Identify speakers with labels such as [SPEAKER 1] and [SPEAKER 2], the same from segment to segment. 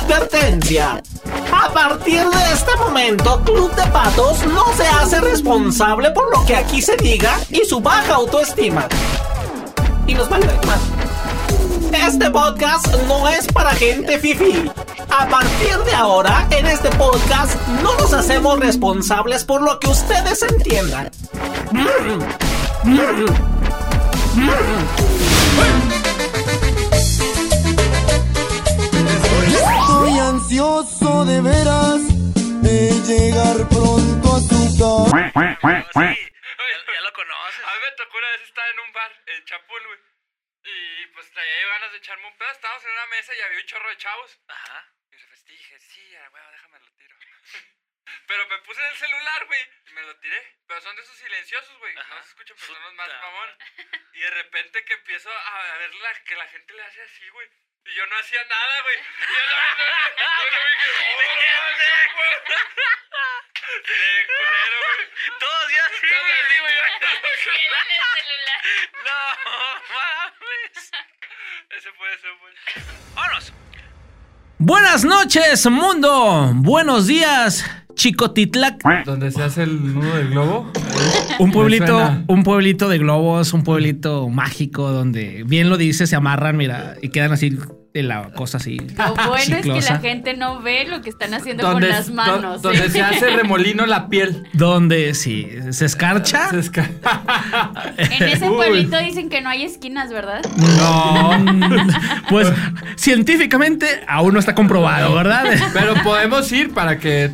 [SPEAKER 1] asistencia. A partir de este momento, Club de Patos no se hace responsable por lo que aquí se diga y su baja autoestima. Y nos vale más. Este podcast no es para gente fifi. A partir de ahora, en este podcast no nos hacemos responsables por lo que ustedes entiendan. Mm. Mm. Mm.
[SPEAKER 2] Estoy ansioso de veras de llegar pronto a tu casa.
[SPEAKER 3] Ya, ya lo conoces.
[SPEAKER 4] A mí me tocó una vez estar en un bar, en Chapul, güey. Y pues traía yo ganas de echarme un pedo. Estábamos en una mesa y había un chorro de chavos.
[SPEAKER 3] Ajá.
[SPEAKER 4] Y se dije, sí, a la huevo, déjame lo tiro. Pero me puse en el celular, güey. Y me lo tiré. Pero son de esos silenciosos, güey.
[SPEAKER 3] Ajá.
[SPEAKER 4] No se escuchan personas más
[SPEAKER 3] Puta
[SPEAKER 4] mamón. Y de repente que empiezo a ver la, que la gente le hace así, güey. Y yo no hacía nada, güey. Y yo no, no, no, no, dije, "Oh, no, qué culero, güey.
[SPEAKER 3] Todos ya sí,
[SPEAKER 4] Yo me
[SPEAKER 3] güey.
[SPEAKER 4] vi, güey.
[SPEAKER 3] No mames.
[SPEAKER 4] Ese fue, ese fue.
[SPEAKER 3] Vámonos.
[SPEAKER 5] Buenas noches, mundo. Buenos días, Chicotitlac.
[SPEAKER 6] Donde se hace el nudo del globo.
[SPEAKER 5] Un pueblito,
[SPEAKER 6] suena.
[SPEAKER 5] un pueblito de globos, un pueblito mágico donde bien lo dice, se amarran, mira, y quedan así de la cosa así.
[SPEAKER 7] Lo bueno es que
[SPEAKER 5] chiclosa.
[SPEAKER 7] la gente no ve lo que están haciendo
[SPEAKER 6] Donde,
[SPEAKER 7] con las
[SPEAKER 6] do-
[SPEAKER 7] manos. ¿eh?
[SPEAKER 6] donde se hace remolino la piel.
[SPEAKER 5] Donde sí, se escarcha.
[SPEAKER 6] Se esca-
[SPEAKER 7] En ese
[SPEAKER 6] Uy.
[SPEAKER 7] pueblito dicen que no hay esquinas, ¿verdad?
[SPEAKER 5] No, pues científicamente aún no está comprobado, ¿verdad?
[SPEAKER 6] Pero podemos ir para que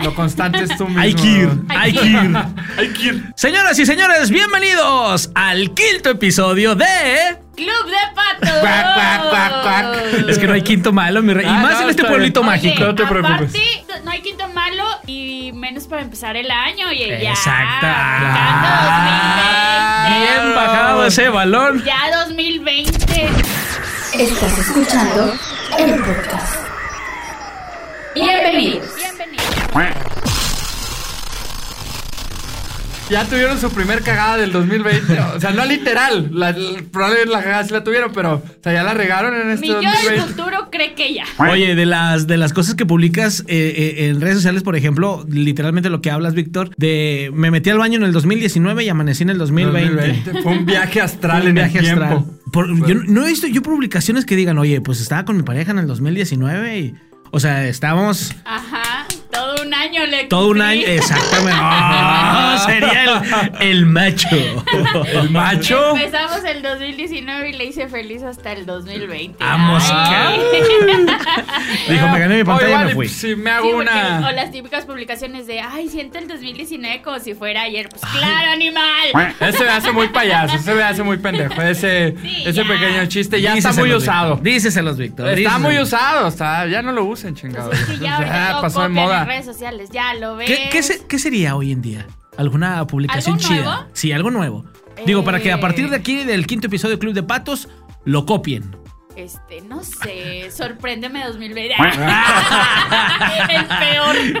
[SPEAKER 6] lo constantes tú mismo.
[SPEAKER 5] Hay que ir, hay
[SPEAKER 7] Hay
[SPEAKER 5] que
[SPEAKER 7] que
[SPEAKER 5] ir. Señoras y señores, bienvenidos al quinto episodio de.
[SPEAKER 7] ¡Club de patos!
[SPEAKER 6] Cuac, cuac, cuac, cuac.
[SPEAKER 5] Es que no hay quinto malo, mi rey. Y
[SPEAKER 6] Ah,
[SPEAKER 5] más
[SPEAKER 6] no,
[SPEAKER 5] en este
[SPEAKER 6] está
[SPEAKER 5] pueblito
[SPEAKER 6] bien.
[SPEAKER 5] mágico.
[SPEAKER 6] No te preocupes.
[SPEAKER 7] Aparte, no hay quinto malo y menos para empezar el año. Y ya.
[SPEAKER 5] Exacto.
[SPEAKER 7] arrancando
[SPEAKER 5] Bien bajado ese balón.
[SPEAKER 7] 2020. Ya 2020.
[SPEAKER 8] Estás escuchando el podcast. Bienvenidos.
[SPEAKER 7] Bienvenidos.
[SPEAKER 6] Ya tuvieron su primer cagada del 2020. O sea, no literal. La, la- probablemente la cagada sí la tuvieron, pero o sea, ya la regaron en este
[SPEAKER 7] Mi yo del
[SPEAKER 6] 2020.
[SPEAKER 7] futuro cree que ya.
[SPEAKER 5] Oye, de las, de las cosas que publicas eh, eh, en redes sociales, por ejemplo, literalmente lo que hablas, Víctor, de me metí al baño en el 2019 y amanecí en el 2020.
[SPEAKER 6] 2020. Fue un viaje astral en
[SPEAKER 5] Viaje
[SPEAKER 6] el tiempo.
[SPEAKER 5] astral. Por- yo no he visto yo publicaciones que digan, oye, pues estaba con mi pareja en el 2019 y. O sea, estábamos
[SPEAKER 7] Ajá. Todo un año le
[SPEAKER 5] todo un
[SPEAKER 7] cumplí.
[SPEAKER 5] año. Exactamente. Ah, sería el, el macho.
[SPEAKER 6] El macho.
[SPEAKER 7] Empezamos el 2019 y le hice feliz hasta el 2020.
[SPEAKER 5] Vamos,
[SPEAKER 7] Ay.
[SPEAKER 5] Dijo, me gané mi pantalla y
[SPEAKER 6] Oye,
[SPEAKER 5] me fui.
[SPEAKER 6] vale, Oh, Si me
[SPEAKER 7] Sí,
[SPEAKER 6] hago
[SPEAKER 7] porque-
[SPEAKER 6] una.
[SPEAKER 7] O las típicas publicaciones de, ay, siento el 2019 como si fuera ayer. Pues claro, animal.
[SPEAKER 6] Ese me hace muy payaso, ese me hace muy pendejo. Ese,
[SPEAKER 7] Sí,
[SPEAKER 6] ese
[SPEAKER 7] ya.
[SPEAKER 6] pequeño chiste este ya está
[SPEAKER 5] Díceselos,
[SPEAKER 6] muy
[SPEAKER 5] Víctor.
[SPEAKER 6] usado.
[SPEAKER 5] Díceselos, Víctor.
[SPEAKER 6] Está
[SPEAKER 5] díceselos.
[SPEAKER 6] muy usado, está, ya no lo usen, chingados.
[SPEAKER 7] Entonces, Pues sí, ya,
[SPEAKER 5] Ah,
[SPEAKER 7] ahorita lo
[SPEAKER 6] pasó de
[SPEAKER 7] copian
[SPEAKER 6] moda.
[SPEAKER 7] en redes sociales, ya lo ves.
[SPEAKER 5] ¿Qué, qué se- qué sería hoy en día? ¿Alguna publicación
[SPEAKER 7] ¿Algo
[SPEAKER 5] chida?
[SPEAKER 7] nuevo?
[SPEAKER 5] Sí, algo nuevo. Digo, para que a
[SPEAKER 7] Eh.
[SPEAKER 5] partir de aquí, del quinto episodio de Club de Patos, lo copien.
[SPEAKER 7] Este, no sé, sorpréndeme 2020.
[SPEAKER 5] Ah.
[SPEAKER 7] el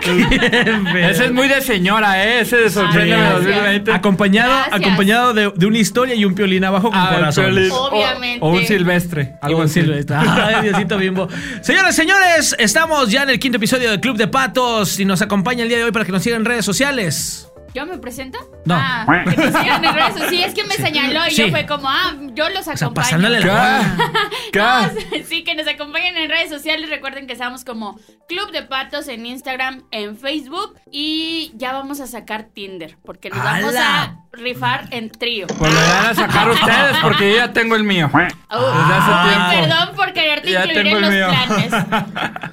[SPEAKER 7] peor.
[SPEAKER 6] Ese es muy de señora, ¿eh? ese de sorprende
[SPEAKER 5] Gracias.
[SPEAKER 6] 2020.
[SPEAKER 5] Acompañado,
[SPEAKER 7] Gracias.
[SPEAKER 5] acompañado de, de una historia y un piolín abajo con
[SPEAKER 6] Ah,
[SPEAKER 5] corazones.
[SPEAKER 6] feliz.
[SPEAKER 5] corazón.
[SPEAKER 6] O-
[SPEAKER 7] Obviamente.
[SPEAKER 6] O, un silvestre, algo
[SPEAKER 5] Algo
[SPEAKER 6] así.
[SPEAKER 5] así lo está. Ay, Diosito bimbo. Señoras, señores, estamos ya en el quinto episodio de Club de Patos y nos acompaña el día de hoy para que nos sigan en redes sociales.
[SPEAKER 7] ¿Yo me presento?
[SPEAKER 5] No.
[SPEAKER 7] Ah, que me sigan en redes sociales. Sí, es que me señaló y
[SPEAKER 5] Sí.
[SPEAKER 7] yo fue como, ah, yo los
[SPEAKER 5] O sea,
[SPEAKER 7] acompaño.
[SPEAKER 5] pasándole
[SPEAKER 6] ¿Qué?
[SPEAKER 5] la
[SPEAKER 6] Ah, ¿Qué?
[SPEAKER 7] Sí, que nos acompañen en redes sociales. Recuerden que estamos como Club de Patos en Instagram, en Facebook. Y ya vamos a sacar Tinder, porque nos vamos
[SPEAKER 5] ¡Hala!
[SPEAKER 7] a rifar en trío.
[SPEAKER 6] Pues lo van a sacar ustedes porque yo ya tengo el mío.
[SPEAKER 7] Oh,
[SPEAKER 6] desde hace
[SPEAKER 7] ay,
[SPEAKER 6] tiempo.
[SPEAKER 7] Perdón por quererte
[SPEAKER 6] Ya
[SPEAKER 7] incluir
[SPEAKER 6] tengo
[SPEAKER 7] en
[SPEAKER 6] el
[SPEAKER 7] los
[SPEAKER 6] mío.
[SPEAKER 7] planes.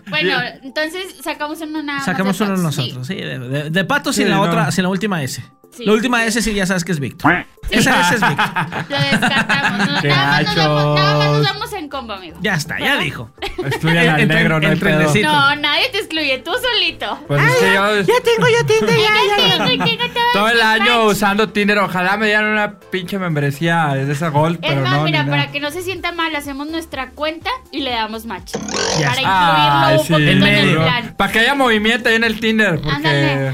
[SPEAKER 7] Bueno, entonces sacamos uno nada más
[SPEAKER 5] Sacamos
[SPEAKER 7] Ah, de
[SPEAKER 5] uno
[SPEAKER 7] Patos.
[SPEAKER 5] nosotros, sí, de, de- de patos
[SPEAKER 6] Sí,
[SPEAKER 5] sin la
[SPEAKER 6] no.
[SPEAKER 5] otra, sin la última S.
[SPEAKER 7] Sí.
[SPEAKER 5] La última S sí ya sabes que es Víctor. Esa S es Víctor.
[SPEAKER 7] Sí, lo descartamos. No,
[SPEAKER 6] Qué
[SPEAKER 7] nada, más nos vamos, nada más nos
[SPEAKER 6] gachos.
[SPEAKER 7] vamos en combo, amigo.
[SPEAKER 5] Ya está, ya dijo.
[SPEAKER 6] Estudian al
[SPEAKER 5] Entre-
[SPEAKER 6] negro, no hay
[SPEAKER 5] entre
[SPEAKER 6] pedo.
[SPEAKER 5] decir-
[SPEAKER 7] No, nadie te excluye, tú solito.
[SPEAKER 6] Pues es que yo
[SPEAKER 5] tengo, yo tengo,
[SPEAKER 6] todo el año usando Tinder, ojalá me dieran una pinche membresía de esa Gold,
[SPEAKER 7] Es
[SPEAKER 6] pero
[SPEAKER 7] más,
[SPEAKER 6] no. ni
[SPEAKER 7] mira,
[SPEAKER 6] nada.
[SPEAKER 7] para que no se sienta mal, hacemos nuestra cuenta y le damos match.
[SPEAKER 5] Ya
[SPEAKER 7] para
[SPEAKER 5] está.
[SPEAKER 7] incluirlo
[SPEAKER 6] Ay,
[SPEAKER 7] un
[SPEAKER 6] sí.
[SPEAKER 7] poquito en
[SPEAKER 5] medio.
[SPEAKER 7] el plan.
[SPEAKER 6] Para que haya movimiento ahí en el Tinder, porque
[SPEAKER 7] Ándale.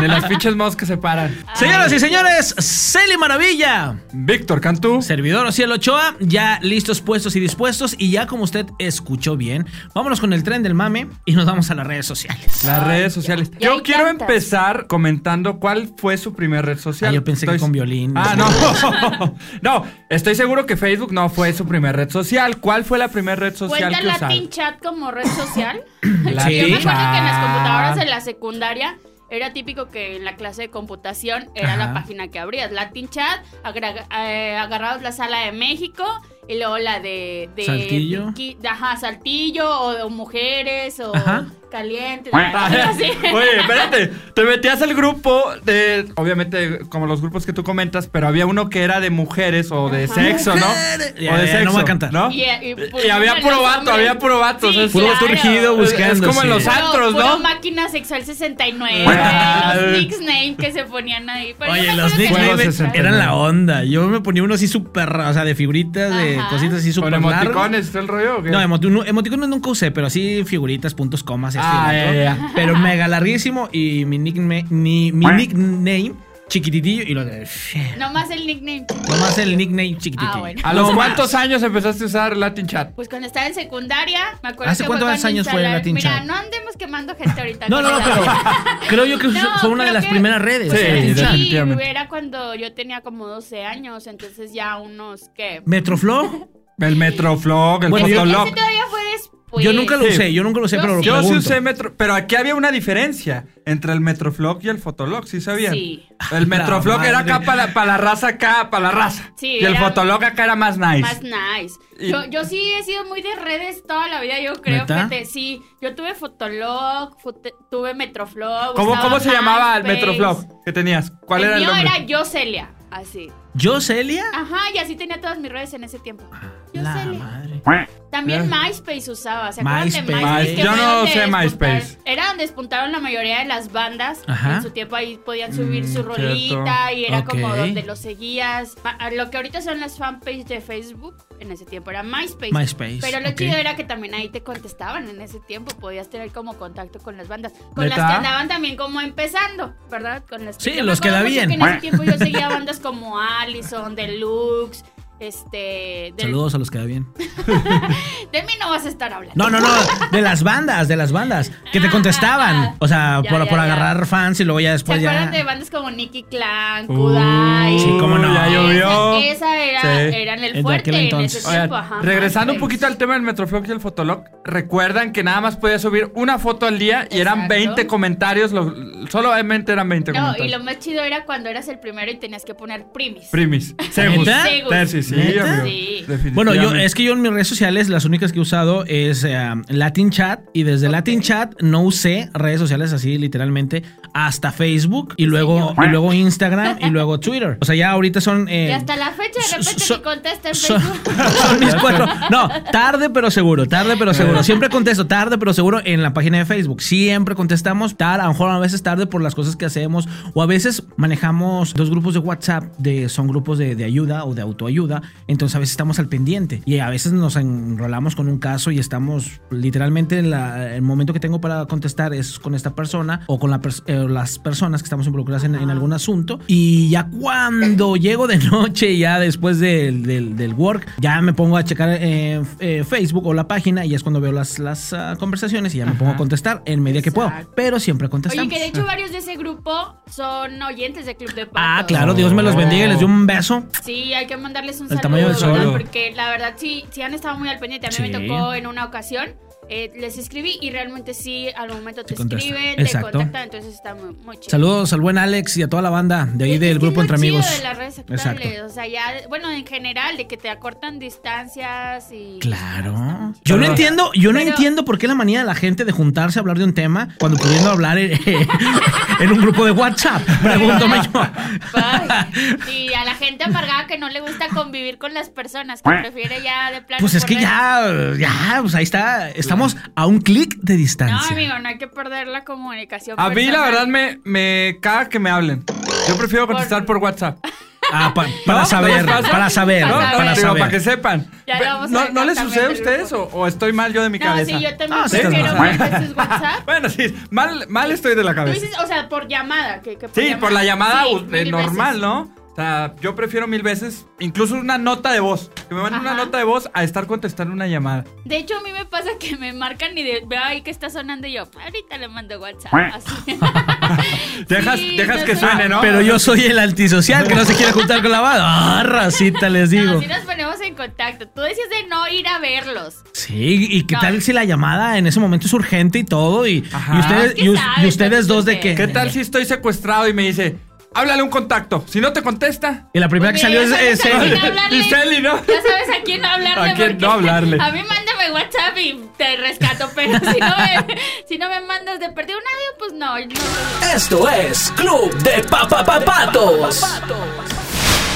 [SPEAKER 6] De las pinches moscas que se paran.
[SPEAKER 7] Ah.
[SPEAKER 5] Señoras y señores, Celi Maravilla.
[SPEAKER 6] Víctor Cantú.
[SPEAKER 5] Servidor Ociel Ochoa, ya listos, puestos y dispuestos. Y ya como usted escuchó bien, vámonos con el tren del mame y nos vamos a las redes sociales.
[SPEAKER 6] Las redes sociales.
[SPEAKER 7] ya
[SPEAKER 6] Yo
[SPEAKER 7] hay
[SPEAKER 6] quiero
[SPEAKER 7] tantas.
[SPEAKER 6] empezar comentando cuál fue su primer red social.
[SPEAKER 5] Ah, yo pensé que con violín.
[SPEAKER 6] Ah, no. no, estoy seguro que Facebook no fue su primer red social. ¿Cuál fue la primera red social
[SPEAKER 7] ¿Cuenta
[SPEAKER 6] que usaron?
[SPEAKER 7] Latin Chat como red social?
[SPEAKER 5] Latin
[SPEAKER 7] Yo me acuerdo que en las
[SPEAKER 6] Chat.
[SPEAKER 7] computadoras de la secundaria era típico que en la clase de computación era
[SPEAKER 5] Ajá.
[SPEAKER 7] la página que abrías. Latin Chat, agra- eh, agarrabas la sala de México y luego la de... de
[SPEAKER 5] Saltillo.
[SPEAKER 7] Vicky- ajá, Saltillo o, o Mujeres o
[SPEAKER 5] Ajá.
[SPEAKER 7] Caliente.
[SPEAKER 6] Ah,
[SPEAKER 7] así.
[SPEAKER 6] Oye, espérate, te metías al grupo de, obviamente, como los grupos que tú comentas, pero había uno que era de mujeres o de
[SPEAKER 7] Ajá.
[SPEAKER 6] sexo, ¿no?
[SPEAKER 5] Mujeres.
[SPEAKER 6] O
[SPEAKER 5] Ya,
[SPEAKER 6] de
[SPEAKER 5] ya,
[SPEAKER 6] sexo.
[SPEAKER 5] no voy a cantar.
[SPEAKER 6] ¿no?
[SPEAKER 7] Y, y, pues,
[SPEAKER 6] Y Eh, había
[SPEAKER 7] los
[SPEAKER 6] puro vato,
[SPEAKER 7] hombres.
[SPEAKER 6] había puro vato, o sea,
[SPEAKER 5] Puro
[SPEAKER 7] claro.
[SPEAKER 5] turgido
[SPEAKER 6] Es- es
[SPEAKER 5] buscando.
[SPEAKER 6] como en los
[SPEAKER 7] Puro-
[SPEAKER 6] antros,
[SPEAKER 7] puro
[SPEAKER 6] ¿no?
[SPEAKER 7] máquina sexual 69.
[SPEAKER 6] Ah.
[SPEAKER 7] güey, los nicknames que se ponían ahí. Pero yo
[SPEAKER 5] Oye,
[SPEAKER 7] me
[SPEAKER 5] los
[SPEAKER 7] acuerdo que
[SPEAKER 6] nicknames
[SPEAKER 7] era-
[SPEAKER 6] Juegos
[SPEAKER 5] nicknames
[SPEAKER 6] 69.
[SPEAKER 5] eran la onda. Yo me ponía uno así súper, ra- o sea, de figuritas, de
[SPEAKER 7] Ajá.
[SPEAKER 5] cositas así
[SPEAKER 6] Con
[SPEAKER 5] súper largas.
[SPEAKER 6] emoticones, todo el rollo. ¿o qué?
[SPEAKER 5] No, emoti- no, emoticones nunca usé, pero así figuritas, puntos, comas, este y así,
[SPEAKER 6] Ah,
[SPEAKER 5] ¿no?
[SPEAKER 6] ya, ya, ya.
[SPEAKER 5] Pero mega larguísimo y mi nickname, ni, mi nickname chiquititillo y lo de...
[SPEAKER 7] Nomás el nickname.
[SPEAKER 5] Nomás el nickname chiquititillo.
[SPEAKER 7] Ah, bueno.
[SPEAKER 6] ¿A los
[SPEAKER 5] No más.
[SPEAKER 6] cuántos años empezaste a usar Latin Chat?
[SPEAKER 7] Pues cuando estaba en secundaria, me acuerdo
[SPEAKER 5] ¿Hace
[SPEAKER 7] que
[SPEAKER 5] cuántos
[SPEAKER 7] cuando
[SPEAKER 5] años fue
[SPEAKER 7] instalar-
[SPEAKER 5] Latin
[SPEAKER 7] Mira,
[SPEAKER 5] Chat?
[SPEAKER 7] no andemos quemando gente ahorita.
[SPEAKER 5] No, no, no, pero creo yo que
[SPEAKER 7] No,
[SPEAKER 5] fue una de
[SPEAKER 7] creo
[SPEAKER 5] las
[SPEAKER 7] que-
[SPEAKER 5] primeras redes.
[SPEAKER 6] Sí,
[SPEAKER 5] Latin Chat.
[SPEAKER 7] Sí,
[SPEAKER 6] definitivamente.
[SPEAKER 7] era cuando yo tenía como 12 años, entonces ya unos que...
[SPEAKER 5] Metroflow,
[SPEAKER 6] El Metroflog, el
[SPEAKER 5] Bueno, yo-
[SPEAKER 6] Fotolog.
[SPEAKER 7] Ese todavía fue después.
[SPEAKER 5] yo nunca lo
[SPEAKER 6] Sí.
[SPEAKER 5] usé, yo nunca lo usé,
[SPEAKER 7] Pues, Yo
[SPEAKER 5] pero lo
[SPEAKER 6] Yo sí
[SPEAKER 5] pregunto.
[SPEAKER 6] usé Metro, pero aquí había una diferencia entre el Metroflog y el Fotolog, ¿sí sabían?
[SPEAKER 7] Sí.
[SPEAKER 6] El
[SPEAKER 5] La
[SPEAKER 6] Metroflog
[SPEAKER 5] madre.
[SPEAKER 6] era acá para la, pa' la raza, acá para la raza.
[SPEAKER 7] Sí,
[SPEAKER 6] y el
[SPEAKER 7] era-
[SPEAKER 6] Fotolog acá era más nice.
[SPEAKER 7] Más nice.
[SPEAKER 6] Y-
[SPEAKER 7] Yo, yo sí he sido muy de redes toda la vida, yo creo.
[SPEAKER 5] ¿Neta?
[SPEAKER 7] Fíjate, sí. Yo tuve Fotolog, fute- tuve Metroflog.
[SPEAKER 6] ¿Cómo,
[SPEAKER 7] usaba
[SPEAKER 6] cómo se llamaba el
[SPEAKER 7] MySpace.
[SPEAKER 6] Metroflog que tenías? ¿Cuál
[SPEAKER 7] pues, el
[SPEAKER 6] era el
[SPEAKER 7] mío
[SPEAKER 6] nombre? Ah.
[SPEAKER 7] era Yo Celia, así.
[SPEAKER 5] ¿Yo, Celia?
[SPEAKER 7] Ajá, y así tenía todas mis redes en ese tiempo. Yo
[SPEAKER 5] La
[SPEAKER 7] Celia.
[SPEAKER 5] madre.
[SPEAKER 7] También
[SPEAKER 6] Claro.
[SPEAKER 7] MySpace usaba, ¿se acuerdan de
[SPEAKER 5] Eh. MySpace.
[SPEAKER 7] MySpace? que
[SPEAKER 6] Yo
[SPEAKER 7] fue
[SPEAKER 6] no
[SPEAKER 7] donde
[SPEAKER 6] usé
[SPEAKER 7] despuntaron-
[SPEAKER 6] MySpace.
[SPEAKER 7] Era donde despuntaron la mayoría de las bandas.
[SPEAKER 5] Ajá.
[SPEAKER 7] En su tiempo ahí podían subir su
[SPEAKER 6] Mm,
[SPEAKER 7] rolita y era como
[SPEAKER 5] Ok.
[SPEAKER 7] donde lo seguías. Pa- a Lo que ahorita son las fanpages de Facebook, en ese tiempo era MySpace.
[SPEAKER 5] MySpace,
[SPEAKER 7] Pero lo
[SPEAKER 5] ok.
[SPEAKER 7] chido era que también ahí te contestaban en ese tiempo, podías tener como contacto con las bandas. Con
[SPEAKER 6] ¿Neta?
[SPEAKER 7] las que andaban también como empezando, ¿verdad? Con las
[SPEAKER 5] Sí,
[SPEAKER 7] yo me
[SPEAKER 5] los que
[SPEAKER 7] acuerdo
[SPEAKER 5] la
[SPEAKER 7] mucho
[SPEAKER 5] bien.
[SPEAKER 7] que en ese tiempo yo seguía bandas como Allison, Deluxe, este... del-
[SPEAKER 5] Saludos a los que da bien.
[SPEAKER 7] de mí no vas a estar hablando.
[SPEAKER 5] No, no, no, de las bandas, de las bandas que te contestaban. O sea,
[SPEAKER 7] Ah, Ya,
[SPEAKER 5] por,
[SPEAKER 7] ya,
[SPEAKER 5] por
[SPEAKER 7] ya.
[SPEAKER 5] agarrar fans y luego ya
[SPEAKER 7] ¿Se
[SPEAKER 5] después Pues ya.
[SPEAKER 7] acuerdan de bandas como Nicky Clan, Kudai?
[SPEAKER 5] Uh, Sí, cómo no.
[SPEAKER 6] Ya
[SPEAKER 7] Esa-
[SPEAKER 6] llovió.
[SPEAKER 7] Esa era,
[SPEAKER 6] Sí.
[SPEAKER 7] eran
[SPEAKER 5] Es
[SPEAKER 7] el
[SPEAKER 5] de
[SPEAKER 7] fuerte
[SPEAKER 5] aquel
[SPEAKER 7] en
[SPEAKER 5] entonces.
[SPEAKER 7] ese
[SPEAKER 6] Oigan,
[SPEAKER 7] tiempo. ajá, pues.
[SPEAKER 6] regresando un
[SPEAKER 7] MySpace.
[SPEAKER 6] poquito al tema del Metroflog y el Fotolog, recuerdan que nada más podía subir una foto al día y eran
[SPEAKER 7] Exacto.
[SPEAKER 6] 20 comentarios, lo- solamente eran 20
[SPEAKER 7] No, y
[SPEAKER 6] comentarios.
[SPEAKER 7] lo más chido era cuando eras el primero y tenías que poner primis.
[SPEAKER 6] Primis, Segus,
[SPEAKER 5] ¿Neta?
[SPEAKER 7] Segus.
[SPEAKER 6] Tercis, sí,
[SPEAKER 5] ¿Neta?
[SPEAKER 6] amigo,
[SPEAKER 7] Sí.
[SPEAKER 6] definitivamente.
[SPEAKER 5] Bueno, yo es que yo en mis redes sociales las únicas que he usado es eh, Latin Chat y desde Latin Chat no usé redes sociales así literalmente hasta Facebook y luego y luego Instagram y luego Twitter. O sea, ya ahorita son eh,
[SPEAKER 7] y hasta la fecha de repente
[SPEAKER 5] so-
[SPEAKER 7] te contesta en
[SPEAKER 5] son,
[SPEAKER 7] Facebook.
[SPEAKER 5] son mis cuatro. No, tarde pero seguro, tarde pero seguro. Siempre contesto tarde pero seguro en la página de Facebook. Siempre contestamos tarde, a lo mejor a veces tarde por las cosas que hacemos o a veces manejamos dos grupos de WhatsApp de son grupos de, de ayuda o de autoayuda. Entonces a veces estamos al pendiente y a veces nos enrolamos con un caso y estamos literalmente en la- el momento que tengo para contestar es con esta persona o con la pers- eh, las personas que estamos involucradas en, en algún asunto y ya cuando llego de noche ya después del, del- del work ya me pongo a checar eh, eh, Facebook o la página y es cuando veo las, las ah, conversaciones y ya me pongo a contestar en medida que puedo
[SPEAKER 7] Exacto.
[SPEAKER 5] pero siempre contestamos
[SPEAKER 7] Oye, que de hecho varios de ese grupo son oyentes de Club de Patos.
[SPEAKER 5] ah claro Dios me los bendiga y les dio un beso
[SPEAKER 7] Sí, hay que mandarles un
[SPEAKER 5] El
[SPEAKER 7] saludo,
[SPEAKER 5] tamaño del
[SPEAKER 7] ¿verdad?
[SPEAKER 5] saludo.
[SPEAKER 7] Porque la verdad sí, sí han estado muy al pendiente. A mí me
[SPEAKER 5] Sí.
[SPEAKER 7] tocó en una ocasión. eh, les escribí y realmente sí, al momento te
[SPEAKER 5] Te contestan.
[SPEAKER 7] escriben,
[SPEAKER 5] Exacto.
[SPEAKER 7] te contactan, entonces está muy, muy chido.
[SPEAKER 5] saludos al buen Alex y a toda la banda de ahí
[SPEAKER 7] Es que
[SPEAKER 5] del
[SPEAKER 7] es
[SPEAKER 5] grupo
[SPEAKER 7] muy
[SPEAKER 5] entre
[SPEAKER 7] Este, chido
[SPEAKER 5] amigos
[SPEAKER 7] de las redes sociales, o sea, ya, bueno, en general, de que te acortan distancias y...
[SPEAKER 5] Claro. Yo no entiendo, yo no
[SPEAKER 7] Pero-
[SPEAKER 5] entiendo por qué la manía de la gente de juntarse a hablar de un tema cuando pudiendo hablar eh, en un grupo de WhatsApp. Pregúntame yo.
[SPEAKER 7] Ay, y a la gente amargada que no le gusta convivir con las personas, que prefiere ya de plano...
[SPEAKER 5] Pues es que
[SPEAKER 7] correr.
[SPEAKER 5] ya, ya, pues ahí está, estamos a un clic de
[SPEAKER 7] No,
[SPEAKER 5] distancia.
[SPEAKER 7] amigo, no hay que perder la comunicación
[SPEAKER 6] A mí la
[SPEAKER 7] personal.
[SPEAKER 6] verdad me, me caga que me hablen. Yo prefiero contestar por, WhatsApp.
[SPEAKER 5] Ah, pa- para,
[SPEAKER 6] ¿No?
[SPEAKER 5] saber,
[SPEAKER 6] ¿No les pasa?
[SPEAKER 5] para saber,
[SPEAKER 6] No, no,
[SPEAKER 5] para
[SPEAKER 6] digo,
[SPEAKER 5] saber,
[SPEAKER 6] para que sepan.
[SPEAKER 7] Ya lo vamos a
[SPEAKER 6] ¿No, ¿no
[SPEAKER 7] dejar
[SPEAKER 6] les
[SPEAKER 7] también
[SPEAKER 6] sucede a
[SPEAKER 7] del
[SPEAKER 6] ustedes o,
[SPEAKER 7] grupo.
[SPEAKER 6] o estoy mal yo de mi
[SPEAKER 7] No,
[SPEAKER 6] cabeza?
[SPEAKER 7] sí, yo también
[SPEAKER 5] Ah, sí,
[SPEAKER 7] prefiero
[SPEAKER 5] estás
[SPEAKER 7] mil
[SPEAKER 5] mal.
[SPEAKER 7] veces WhatsApp.
[SPEAKER 6] Bueno, sí, mal, mal estoy de la
[SPEAKER 7] Tú
[SPEAKER 6] cabeza.
[SPEAKER 7] dices, o sea, por llamada. Que, que
[SPEAKER 6] Sí, por la llamada
[SPEAKER 7] Sí,
[SPEAKER 6] u- eh,
[SPEAKER 7] mil
[SPEAKER 6] normal,
[SPEAKER 7] veces.
[SPEAKER 6] ¿no? O sea, yo prefiero mil veces, incluso una nota de voz. Que me manden una
[SPEAKER 7] Ajá.
[SPEAKER 6] nota de voz a estar contestando una llamada.
[SPEAKER 7] De hecho, a mí me pasa que me marcan y de- veo ahí que está sonando y yo, ahorita le mando WhatsApp. Así.
[SPEAKER 6] Dejas,
[SPEAKER 7] Sí,
[SPEAKER 6] dejas
[SPEAKER 7] yo
[SPEAKER 6] que
[SPEAKER 7] soy-
[SPEAKER 6] suene, ¿no?
[SPEAKER 5] Ah, Pero yo soy el antisocial que no se quiere juntar con la banda. Ah, racita, les
[SPEAKER 7] No,
[SPEAKER 5] digo.
[SPEAKER 7] si nos ponemos en contacto. Tú decías de no ir a verlos.
[SPEAKER 5] Sí, y qué
[SPEAKER 7] No.
[SPEAKER 5] tal si la llamada en ese momento es urgente y todo. Y,
[SPEAKER 6] Ajá.
[SPEAKER 5] y ustedes,
[SPEAKER 7] Es que
[SPEAKER 5] y, us-
[SPEAKER 7] sabes,
[SPEAKER 5] y ustedes
[SPEAKER 7] ¿no?
[SPEAKER 5] dos de que.
[SPEAKER 6] ¿Qué tal si estoy secuestrado y me dice, háblale a un contacto? Si no te contesta,
[SPEAKER 5] Y la primera que
[SPEAKER 7] Pues
[SPEAKER 5] salió
[SPEAKER 7] mira,
[SPEAKER 5] es,
[SPEAKER 7] ya
[SPEAKER 5] es
[SPEAKER 7] sabes a
[SPEAKER 5] él.
[SPEAKER 7] quién hablarle.
[SPEAKER 6] Y Celi, ¿no?
[SPEAKER 7] Ya sabes a quién no hablarle.
[SPEAKER 6] ¿A quién
[SPEAKER 7] porque
[SPEAKER 6] no hablarle?
[SPEAKER 7] A mí mándame WhatsApp y te rescato, pero si no me, si no me mandas de perdido un audio, pues no. no.
[SPEAKER 1] Esto es Club de Papapapatos.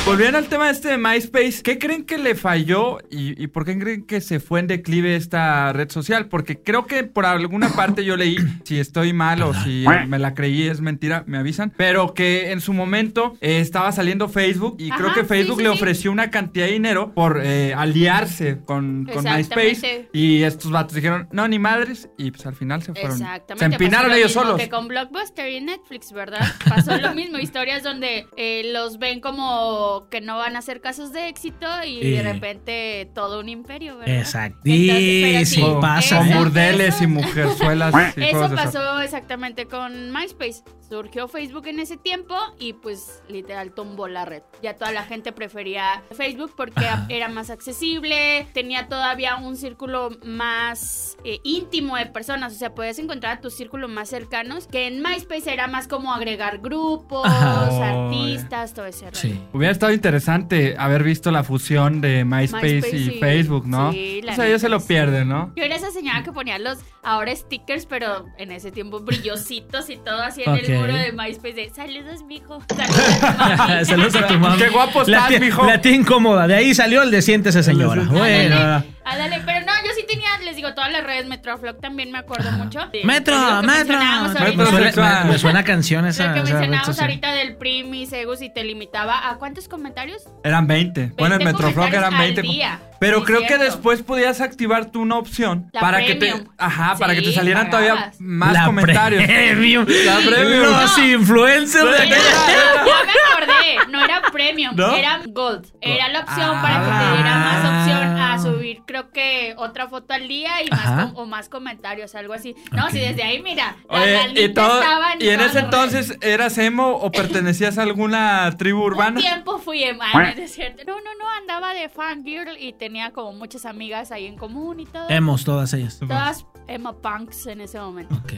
[SPEAKER 6] volviendo al tema este de MySpace, ¿qué creen que le falló y, y por qué creen que se fue en declive esta red social? Porque creo que por alguna parte yo leí, si estoy mal o si me la creí es mentira, me avisan, pero que en su momento eh, estaba saliendo Facebook y creo
[SPEAKER 7] Ajá,
[SPEAKER 6] que
[SPEAKER 7] sí,
[SPEAKER 6] Facebook
[SPEAKER 7] sí,
[SPEAKER 6] le
[SPEAKER 7] sí.
[SPEAKER 6] ofreció una cantidad de dinero por eh, aliarse con, con
[SPEAKER 7] Exactamente.
[SPEAKER 6] MySpace y estos vatos dijeron, no, ni madres, y pues al final se fueron.
[SPEAKER 7] Exactamente.
[SPEAKER 6] Se empinaron
[SPEAKER 7] pasó lo
[SPEAKER 6] ellos
[SPEAKER 7] mismo
[SPEAKER 6] solos.
[SPEAKER 7] Que con Blockbuster y Netflix, ¿verdad? Pasó lo mismo. Historias donde eh, los ven como que no van a ser casos de éxito y
[SPEAKER 5] Eh.
[SPEAKER 7] de repente todo un imperio, ¿verdad? Entonces,
[SPEAKER 5] Exactísimo.
[SPEAKER 7] pero sí,
[SPEAKER 5] pasa,
[SPEAKER 6] Con
[SPEAKER 7] eso-
[SPEAKER 6] burdeles
[SPEAKER 7] eso-
[SPEAKER 6] y mujerzuelas. y
[SPEAKER 7] Eso
[SPEAKER 6] cosas de esas.
[SPEAKER 7] pasó exactamente con MySpace. Surgió Facebook en ese tiempo y pues literal tumbó la red. Ya toda la gente prefería Facebook porque era más accesible, tenía todavía un círculo más eh, íntimo de personas, o sea, podías encontrar a tus círculos más cercanos, que en MySpace era más como agregar grupos,
[SPEAKER 5] Ajá.
[SPEAKER 7] artistas, todo ese rollo.
[SPEAKER 5] Oh, Sí.
[SPEAKER 6] Hubiera estado interesante haber visto la fusión de MySpace,
[SPEAKER 7] MySpace
[SPEAKER 6] y
[SPEAKER 7] y-
[SPEAKER 6] Facebook, ¿no?
[SPEAKER 7] sí, la
[SPEAKER 6] o sea, ellos
[SPEAKER 7] neta,
[SPEAKER 6] se lo
[SPEAKER 7] sí.
[SPEAKER 6] pierden, ¿no?
[SPEAKER 7] Yo era esa señora que ponía los ahora stickers, pero en ese tiempo brillositos y todo así en
[SPEAKER 5] Ok.
[SPEAKER 7] el muro de MySpace de saludos, mijo. Saludos, mami".
[SPEAKER 5] Saludos a tu mamá.
[SPEAKER 6] Qué guapo
[SPEAKER 5] la
[SPEAKER 6] estás,
[SPEAKER 5] tía-
[SPEAKER 6] mijo.
[SPEAKER 5] La tía incómoda. De ahí salió el de siéntese, señora.
[SPEAKER 6] Ah,
[SPEAKER 5] Bueno.
[SPEAKER 7] Ándale, ándale, Ah, pero no, yo sí tenía, les digo, todas las redes Metroflog también me acuerdo mucho. De-
[SPEAKER 5] Metro,
[SPEAKER 7] de lo que
[SPEAKER 5] metro.
[SPEAKER 7] mencionábamos
[SPEAKER 6] Metro
[SPEAKER 5] Me
[SPEAKER 7] ahorita.
[SPEAKER 5] suena,
[SPEAKER 6] sexual.
[SPEAKER 5] me- me suena canción esa.
[SPEAKER 7] Lo que
[SPEAKER 5] esa red
[SPEAKER 7] mencionábamos
[SPEAKER 5] social.
[SPEAKER 7] ahorita del Primi, Segus y te limitaba a cuántos comentarios?
[SPEAKER 6] Eran 20. bueno, en
[SPEAKER 7] 20
[SPEAKER 6] Metroflog eran
[SPEAKER 7] comentarios
[SPEAKER 6] 20.
[SPEAKER 7] al día.
[SPEAKER 6] Pero
[SPEAKER 7] Sí,
[SPEAKER 6] creo
[SPEAKER 7] cierto.
[SPEAKER 6] que después podías activar tú una opción
[SPEAKER 7] La
[SPEAKER 6] para que te
[SPEAKER 7] premium.
[SPEAKER 6] ajá, para que te
[SPEAKER 7] Sí,
[SPEAKER 6] salieran todavía
[SPEAKER 7] pagabas.
[SPEAKER 6] más
[SPEAKER 5] La
[SPEAKER 6] comentarios.
[SPEAKER 5] Premium.
[SPEAKER 6] La premium.
[SPEAKER 5] Los
[SPEAKER 7] No.
[SPEAKER 5] influencers de
[SPEAKER 7] Ya
[SPEAKER 5] aquella-
[SPEAKER 7] me acordé, no era premium,
[SPEAKER 6] ¿No?
[SPEAKER 7] era gold. Era la opción
[SPEAKER 6] Ah.
[SPEAKER 7] para que te diera más opción a subir, creo que otra foto al día y
[SPEAKER 5] Ajá.
[SPEAKER 7] más com- o más comentarios, algo así. No, si desde ahí, mira, la
[SPEAKER 6] Oye,
[SPEAKER 7] maldita
[SPEAKER 6] y, todo-
[SPEAKER 7] estaba
[SPEAKER 6] y en ese
[SPEAKER 7] todas las redes.
[SPEAKER 6] entonces eras emo o pertenecías a alguna tribu
[SPEAKER 7] Un
[SPEAKER 6] urbana.
[SPEAKER 7] tiempo fui en ah, no es cierto. No, no, no, andaba de fangirl y tenía como muchas amigas ahí en común y todo.
[SPEAKER 5] Hemos todas ellas.
[SPEAKER 7] Todas emo punks en ese momento.
[SPEAKER 5] Ok.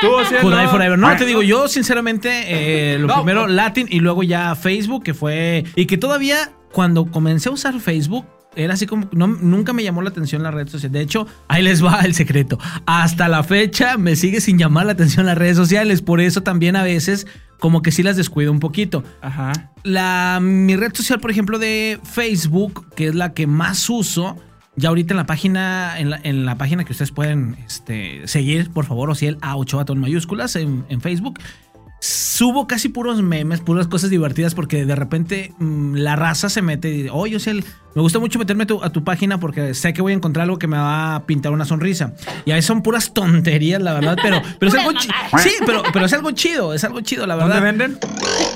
[SPEAKER 6] Tú, o sea, no-
[SPEAKER 5] Judai
[SPEAKER 6] Ah.
[SPEAKER 5] Forever. No, te digo, yo sinceramente, eh, lo
[SPEAKER 6] No.
[SPEAKER 5] primero Latin y luego ya Facebook, que fue. Y que todavía cuando comencé a usar Facebook. Era así como, no, nunca me llamó la atención la red social. De hecho, ahí les va el secreto. Hasta la fecha me sigue sin llamar la atención las redes sociales. Por eso también a veces como que sí las descuido un poquito.
[SPEAKER 6] Ajá.
[SPEAKER 5] La, mi red social, por ejemplo, de Facebook, que es la que más uso, ya ahorita en la página, en la, en la página que ustedes pueden este, seguir, por favor, Ociel A8 en mayúsculas en, en Facebook. Subo casi puros memes, puras cosas divertidas, porque de repente mm, la raza se mete y dice, oye, Ociel, me gusta mucho meterme a tu- a tu página porque sé que voy a encontrar algo que me va a pintar una sonrisa. Y a veces son puras tonterías, la verdad, pero, pero es
[SPEAKER 7] Puras
[SPEAKER 5] algo chido.
[SPEAKER 7] mamadas.
[SPEAKER 5] Sí, pero, pero es algo chido, es algo chido, la verdad.
[SPEAKER 6] ¿Dónde venden?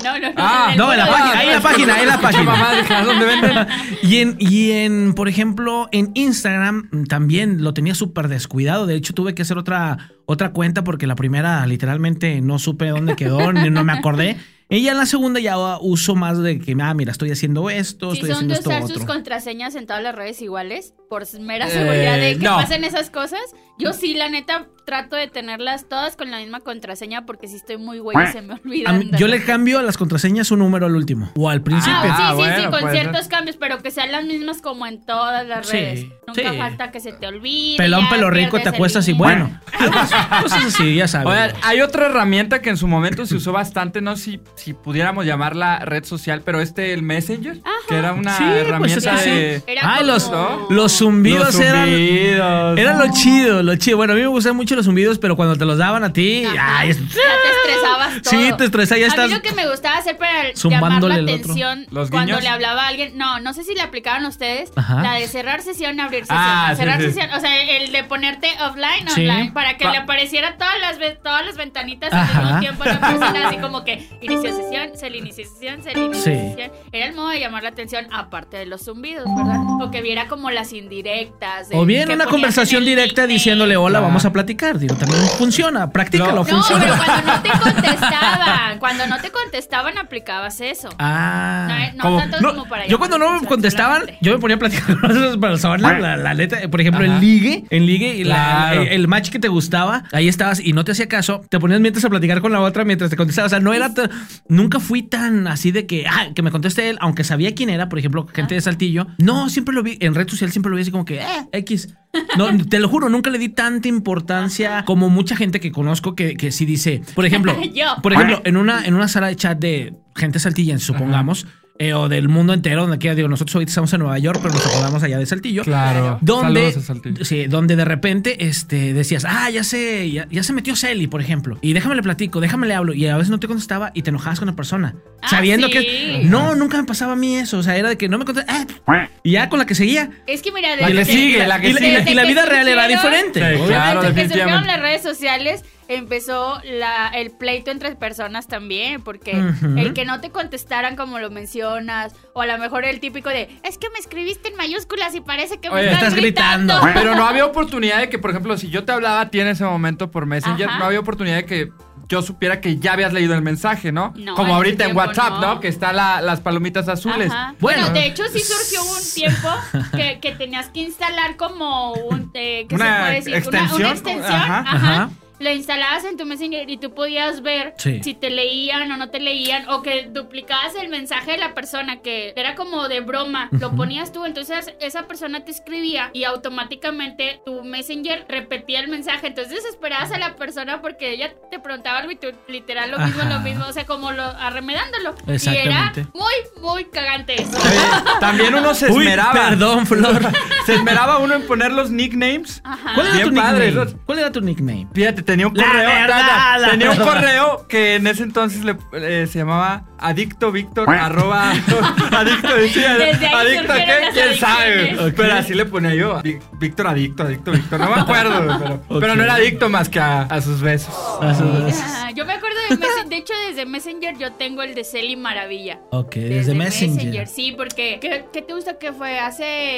[SPEAKER 7] No, no, no.
[SPEAKER 6] Ah,
[SPEAKER 7] el
[SPEAKER 5] No, en la
[SPEAKER 7] muro de-
[SPEAKER 5] página, ahí en la página, ahí en la
[SPEAKER 6] Escucha,
[SPEAKER 5] página.
[SPEAKER 6] mamá, dije, ¿Dónde venden?
[SPEAKER 5] Y en, y en, por ejemplo, en Instagram mm, también lo tenía súper descuidado. De hecho, tuve que hacer otra, otra cuenta porque la primera literalmente no supe dónde quedó, ni- no me acordé. Y ya en la segunda ya uso más de que, ah, mira, estoy haciendo esto,
[SPEAKER 7] Si
[SPEAKER 5] estoy
[SPEAKER 7] son
[SPEAKER 5] haciendo
[SPEAKER 7] de
[SPEAKER 5] esto
[SPEAKER 7] usar sus
[SPEAKER 5] otro.
[SPEAKER 7] contraseñas en todas las redes iguales, por mera
[SPEAKER 6] Eh,
[SPEAKER 7] seguridad de que
[SPEAKER 6] no.
[SPEAKER 7] pasen esas cosas, yo sí, la neta, trato de tenerlas todas con la misma contraseña porque si estoy muy güey y se me olvida.
[SPEAKER 5] A mí- yo le cambio a las contraseñas un número al último o al principio.
[SPEAKER 7] Ah,
[SPEAKER 6] Ah,
[SPEAKER 7] sí, sí,
[SPEAKER 6] bueno,
[SPEAKER 7] sí, con
[SPEAKER 6] pues,
[SPEAKER 7] ciertos cambios, pero que sean las mismas como en todas las
[SPEAKER 5] Sí,
[SPEAKER 7] redes. Nunca
[SPEAKER 5] sí.
[SPEAKER 7] falta que se te olvide.
[SPEAKER 5] Pelón,
[SPEAKER 7] ya
[SPEAKER 5] pelo rico,
[SPEAKER 7] pierdes
[SPEAKER 5] te
[SPEAKER 7] el
[SPEAKER 5] acuestas y
[SPEAKER 7] inicio.
[SPEAKER 5] bueno. Cosas así, ya sabes.
[SPEAKER 6] Oigan, hay otra herramienta que en su momento se usó bastante, no sé si, si pudiéramos llamarla red social, pero este, el Messenger, que era una
[SPEAKER 5] Sí, pues,
[SPEAKER 6] herramienta
[SPEAKER 5] es que sí.
[SPEAKER 6] de...
[SPEAKER 7] Era
[SPEAKER 5] Ay, los,
[SPEAKER 7] como-
[SPEAKER 5] los zumbidos
[SPEAKER 6] Los
[SPEAKER 5] eran...
[SPEAKER 6] zumbidos.
[SPEAKER 5] Era lo chido, lo chido. Bueno, a mí me gustan mucho los zumbidos, pero cuando te los daban a ti,
[SPEAKER 7] Ajá.
[SPEAKER 5] ay, es-
[SPEAKER 7] Ya te estresabas todo.
[SPEAKER 5] Sí, te estresaba, ya
[SPEAKER 7] A
[SPEAKER 5] estás-
[SPEAKER 7] mí lo que me gustaba hacer para llamar
[SPEAKER 5] Zumbándole
[SPEAKER 7] la
[SPEAKER 5] el otro.
[SPEAKER 7] atención
[SPEAKER 6] ¿Los
[SPEAKER 7] cuando
[SPEAKER 6] guiños?
[SPEAKER 7] le hablaba a alguien. No, no sé si le aplicaron a ustedes.
[SPEAKER 5] Ajá.
[SPEAKER 7] La de cerrar sesión, abrir sesión.
[SPEAKER 6] Ah, sí,
[SPEAKER 7] cerrar
[SPEAKER 6] sí.
[SPEAKER 7] sesión. O sea, el de ponerte offline,
[SPEAKER 5] Sí.
[SPEAKER 7] online. Para que
[SPEAKER 6] Pa-
[SPEAKER 7] le apareciera todas las, ve- todas las ventanitas
[SPEAKER 5] Ajá.
[SPEAKER 7] al mismo tiempo a la persona. Así como que inició sesión, se le inició sesión, se le inició
[SPEAKER 5] Sí.
[SPEAKER 7] sesión. Era el modo de llamar la atención, aparte de los zumbidos, ¿verdad? O que viera como las indirectas. de-
[SPEAKER 5] O bien
[SPEAKER 7] que
[SPEAKER 5] una
[SPEAKER 7] ponías en
[SPEAKER 5] conversación
[SPEAKER 7] el
[SPEAKER 5] directa
[SPEAKER 7] nickname.
[SPEAKER 5] diciéndole hola,
[SPEAKER 6] Ah.
[SPEAKER 5] vamos a platicar. Digo, también funciona, practícalo,
[SPEAKER 6] No.
[SPEAKER 7] No,
[SPEAKER 5] funciona.
[SPEAKER 7] pero cuando no te contestaban, cuando no te contestaban aplicabas eso.
[SPEAKER 5] Ah,
[SPEAKER 7] No, eh, no
[SPEAKER 5] como-
[SPEAKER 7] tanto
[SPEAKER 5] no,
[SPEAKER 7] como para
[SPEAKER 5] yo
[SPEAKER 7] llamar
[SPEAKER 5] cuando
[SPEAKER 7] la
[SPEAKER 5] no me
[SPEAKER 7] atención
[SPEAKER 5] contestaban,
[SPEAKER 7] solamente.
[SPEAKER 5] yo me ponía a platicar con esas personas, la, la, la neta, por ejemplo,
[SPEAKER 6] Ajá.
[SPEAKER 5] en ligue, en ligue y la-
[SPEAKER 6] Claro.
[SPEAKER 5] el, el match que te gustaba, ahí estabas y no te hacía caso, te ponías mientras a platicar con la otra mientras te contestaba, o sea, no era, tan- nunca fui tan así de que, ah, que me conteste él, aunque sabía quién era, por ejemplo, gente de Saltillo, no, siempre lo vi, en red social siempre lo vi así como que, eh, X. No, te lo juro, nunca le di tanta importancia como mucha gente que conozco que, que sí dice, por ejemplo,
[SPEAKER 7] Yo.
[SPEAKER 5] por ejemplo, en una, en una sala de chat de gente saltillense, supongamos, eh, o del mundo entero, donde quiera, digo, nosotros ahorita estamos en Nueva York, pero nos acordamos allá de Saltillo.
[SPEAKER 6] Claro.
[SPEAKER 5] Donde,
[SPEAKER 6] Saludos a Saltillo.
[SPEAKER 5] sí, donde de repente este, decías, ah, ya sé, ya, ya se metió Celi, por ejemplo, y déjame le platico, déjame le hablo, y a veces no te contestaba y te enojabas con la persona,
[SPEAKER 7] Ah,
[SPEAKER 5] sabiendo
[SPEAKER 7] sí.
[SPEAKER 5] que no, nunca me pasaba a mí eso, o sea, era de que no me contestaba, ah, y ya con la que seguía,
[SPEAKER 7] Es que mira,
[SPEAKER 5] La que
[SPEAKER 7] desde-
[SPEAKER 6] sigue, la que
[SPEAKER 5] y la, y
[SPEAKER 6] sigue.
[SPEAKER 5] la- y la vida real era
[SPEAKER 7] surgieron-
[SPEAKER 5] diferente.
[SPEAKER 6] Sí,
[SPEAKER 5] Obviamente.
[SPEAKER 6] Claro,
[SPEAKER 7] Desde que surgieron
[SPEAKER 6] definitivamente.
[SPEAKER 7] las redes sociales empezó la, el pleito entre personas también, porque
[SPEAKER 5] Ujú.
[SPEAKER 7] el que no te contestaran como lo mencionas, o a lo mejor el típico de, es que me escribiste en mayúsculas y parece que me
[SPEAKER 6] Oye,
[SPEAKER 7] estás,
[SPEAKER 5] estás gritando".
[SPEAKER 7] gritando.
[SPEAKER 6] Pero no había oportunidad de que, por ejemplo, si yo te hablaba a ti en ese momento por Messenger,
[SPEAKER 7] Ajá.
[SPEAKER 6] no había oportunidad de que yo supiera que ya habías leído el mensaje, ¿no?
[SPEAKER 7] No,
[SPEAKER 6] Como
[SPEAKER 7] en
[SPEAKER 6] ahorita
[SPEAKER 7] ese
[SPEAKER 6] en
[SPEAKER 7] tiempo
[SPEAKER 6] WhatsApp,
[SPEAKER 7] no.
[SPEAKER 6] ¿no? Que están la- las palomitas azules.
[SPEAKER 7] Ajá.
[SPEAKER 5] Bueno.
[SPEAKER 7] Bueno, de hecho sí surgió un tiempo que, que tenías que instalar como un, eh, ¿qué
[SPEAKER 6] Una
[SPEAKER 7] se puede decir?
[SPEAKER 6] extensión,
[SPEAKER 7] Una, extensión,
[SPEAKER 6] ajá,
[SPEAKER 7] ajá.
[SPEAKER 5] ajá.
[SPEAKER 7] Lo instalabas en tu Messenger y tú podías ver
[SPEAKER 5] Sí.
[SPEAKER 7] si te leían o no te leían o que duplicabas el mensaje de la persona que era como de broma, lo ponías tú, entonces esa persona te escribía y automáticamente tu Messenger repetía el mensaje, entonces desesperabas a la persona porque ella te preguntaba algo y tú literal lo mismo,
[SPEAKER 5] Ajá.
[SPEAKER 7] lo mismo, o sea, como lo arremedándolo.
[SPEAKER 5] Exactamente.
[SPEAKER 7] Y era muy, muy cagante eso.
[SPEAKER 6] Oye, También uno se
[SPEAKER 5] Uy,
[SPEAKER 6] esmeraba.
[SPEAKER 5] perdón, Flor.
[SPEAKER 6] Se esmeraba uno en poner los nicknames.
[SPEAKER 7] Ajá.
[SPEAKER 5] ¿Cuál era
[SPEAKER 6] Bien
[SPEAKER 5] tu
[SPEAKER 6] padre,
[SPEAKER 5] nickname?
[SPEAKER 6] eso.
[SPEAKER 5] ¿Cuál era tu nickname?
[SPEAKER 6] Fíjate, tenía un
[SPEAKER 5] La
[SPEAKER 6] correo.
[SPEAKER 5] verdad,
[SPEAKER 6] ta, ta,
[SPEAKER 5] la
[SPEAKER 6] tenía un
[SPEAKER 5] verdad.
[SPEAKER 6] correo que en ese entonces le, eh, se llamaba Adicto Víctor, arroba Adicto sí,
[SPEAKER 7] Desde ahí
[SPEAKER 6] Adicto
[SPEAKER 7] surgieron
[SPEAKER 6] qué,
[SPEAKER 7] las
[SPEAKER 6] quién sabe.
[SPEAKER 7] adicciones.
[SPEAKER 6] Pero así le ponía yo. Adic- Víctor Adicto, Adicto Víctor. No me acuerdo, pero,
[SPEAKER 5] Ok.
[SPEAKER 6] pero no era adicto más que a, a sus besos.
[SPEAKER 7] Ah, yo me acuerdo de Messenger. De hecho, desde Messenger yo tengo el de Celi Maravilla.
[SPEAKER 5] Ok, desde, Messenger.
[SPEAKER 7] Sí, porque. ¿qué, qué te gusta que fue?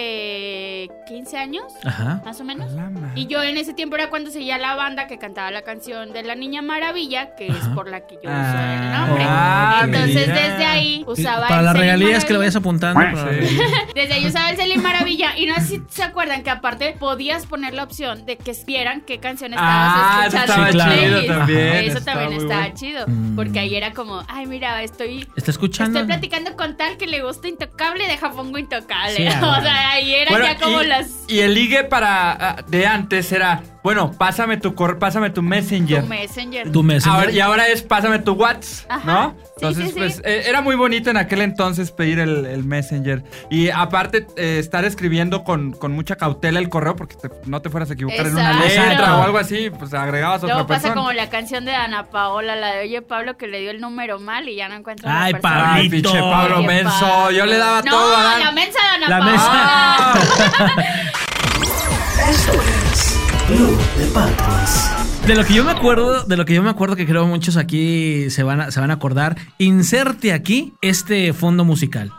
[SPEAKER 7] ¿Hace 15 años?
[SPEAKER 5] Ajá.
[SPEAKER 7] Más o menos.
[SPEAKER 6] La madre.
[SPEAKER 7] Y yo en ese tiempo era cuando seguía la banda que cantaba la canción de La Niña Maravilla, que es por la que yo uso el
[SPEAKER 6] Ah,
[SPEAKER 7] nombre.
[SPEAKER 6] ah,
[SPEAKER 7] Entonces,
[SPEAKER 6] mira.
[SPEAKER 7] desde ahí usaba.
[SPEAKER 5] Para
[SPEAKER 7] el
[SPEAKER 5] las
[SPEAKER 7] Celi
[SPEAKER 5] regalías que lo
[SPEAKER 7] Maravilla.
[SPEAKER 5] vayas apuntando. para-
[SPEAKER 6] Sí.
[SPEAKER 7] Desde ahí usaba el Celi Maravilla. Y no sé si se acuerdan que aparte podías poner la opción de que vieran qué canción estabas
[SPEAKER 6] Ah, eso
[SPEAKER 7] escuchando.
[SPEAKER 6] estaba
[SPEAKER 7] en tu
[SPEAKER 5] claro.
[SPEAKER 7] playlist.
[SPEAKER 6] chido también,
[SPEAKER 7] Eso
[SPEAKER 6] estaba
[SPEAKER 7] también
[SPEAKER 6] muy
[SPEAKER 7] estaba
[SPEAKER 6] bueno.
[SPEAKER 7] chido.
[SPEAKER 6] Mm.
[SPEAKER 7] Porque ahí era como, ay, mira, estoy.
[SPEAKER 5] Está escuchando.
[SPEAKER 7] Estoy platicando con tal que le gusta Intocable, deja pongo Intocable.
[SPEAKER 5] Sí, ah,
[SPEAKER 7] o sea, ahí era
[SPEAKER 6] Bueno,
[SPEAKER 7] ya como
[SPEAKER 6] y,
[SPEAKER 7] las.
[SPEAKER 6] y el ligue para ah, de antes era, bueno, pásame tu cor, pásame tu messenger.
[SPEAKER 7] Tu Messenger.
[SPEAKER 5] Tu Messenger.
[SPEAKER 6] Ahora- y ahora es pásame tu WhatsApp,
[SPEAKER 7] Ajá.
[SPEAKER 6] ¿no?
[SPEAKER 7] Sí,
[SPEAKER 6] Entonces,
[SPEAKER 7] sí, sí.
[SPEAKER 6] pues eh, era muy bonito en aquel entonces pedir el, el Messenger. Y aparte, eh, estar escribiendo con, con mucha cautela el correo porque te- no te fueras a equivocar en una
[SPEAKER 7] Exacto.
[SPEAKER 6] letra o algo así, pues agregabas a otra
[SPEAKER 7] Luego pasa
[SPEAKER 6] persona.
[SPEAKER 7] como la canción de Ana Paola, la de Oye Pablo, que le dio el número mal y ya no encuentra a la
[SPEAKER 5] Ay,
[SPEAKER 7] persona.
[SPEAKER 5] Pablito.
[SPEAKER 6] Ay, pinche Pablo
[SPEAKER 7] Oye,
[SPEAKER 6] Menso.
[SPEAKER 7] Pablo.
[SPEAKER 6] Yo le daba
[SPEAKER 7] no,
[SPEAKER 6] todo a Dan.
[SPEAKER 7] la mensa de Ana
[SPEAKER 5] La mensa.
[SPEAKER 7] Paola.
[SPEAKER 6] Ah,
[SPEAKER 2] Esto es Club de Patos.
[SPEAKER 5] De lo que yo me acuerdo, de lo que yo me acuerdo que creo muchos aquí se van a, se van a acordar, inserte aquí este fondo musical.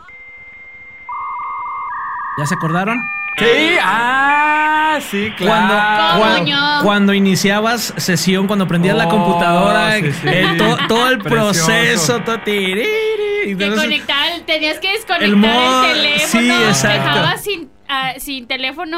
[SPEAKER 5] ¿Ya se acordaron?
[SPEAKER 6] sí, ah, sí,
[SPEAKER 5] Cuando,
[SPEAKER 6] claro.
[SPEAKER 7] ¿Cómo
[SPEAKER 5] cuan-
[SPEAKER 7] no?
[SPEAKER 5] cuando iniciabas sesión, cuando prendías la
[SPEAKER 6] Oh,
[SPEAKER 5] computadora,
[SPEAKER 6] sí, sí.
[SPEAKER 5] el- to- todo el
[SPEAKER 6] Precioso.
[SPEAKER 5] proceso, todo tiriri, y
[SPEAKER 7] Que
[SPEAKER 5] entonces-
[SPEAKER 7] conectar, tenías que desconectar
[SPEAKER 5] El
[SPEAKER 7] el,
[SPEAKER 5] mod-
[SPEAKER 7] teléfono.
[SPEAKER 5] sí, exacto.
[SPEAKER 7] Dejabas sin, ah, sin teléfono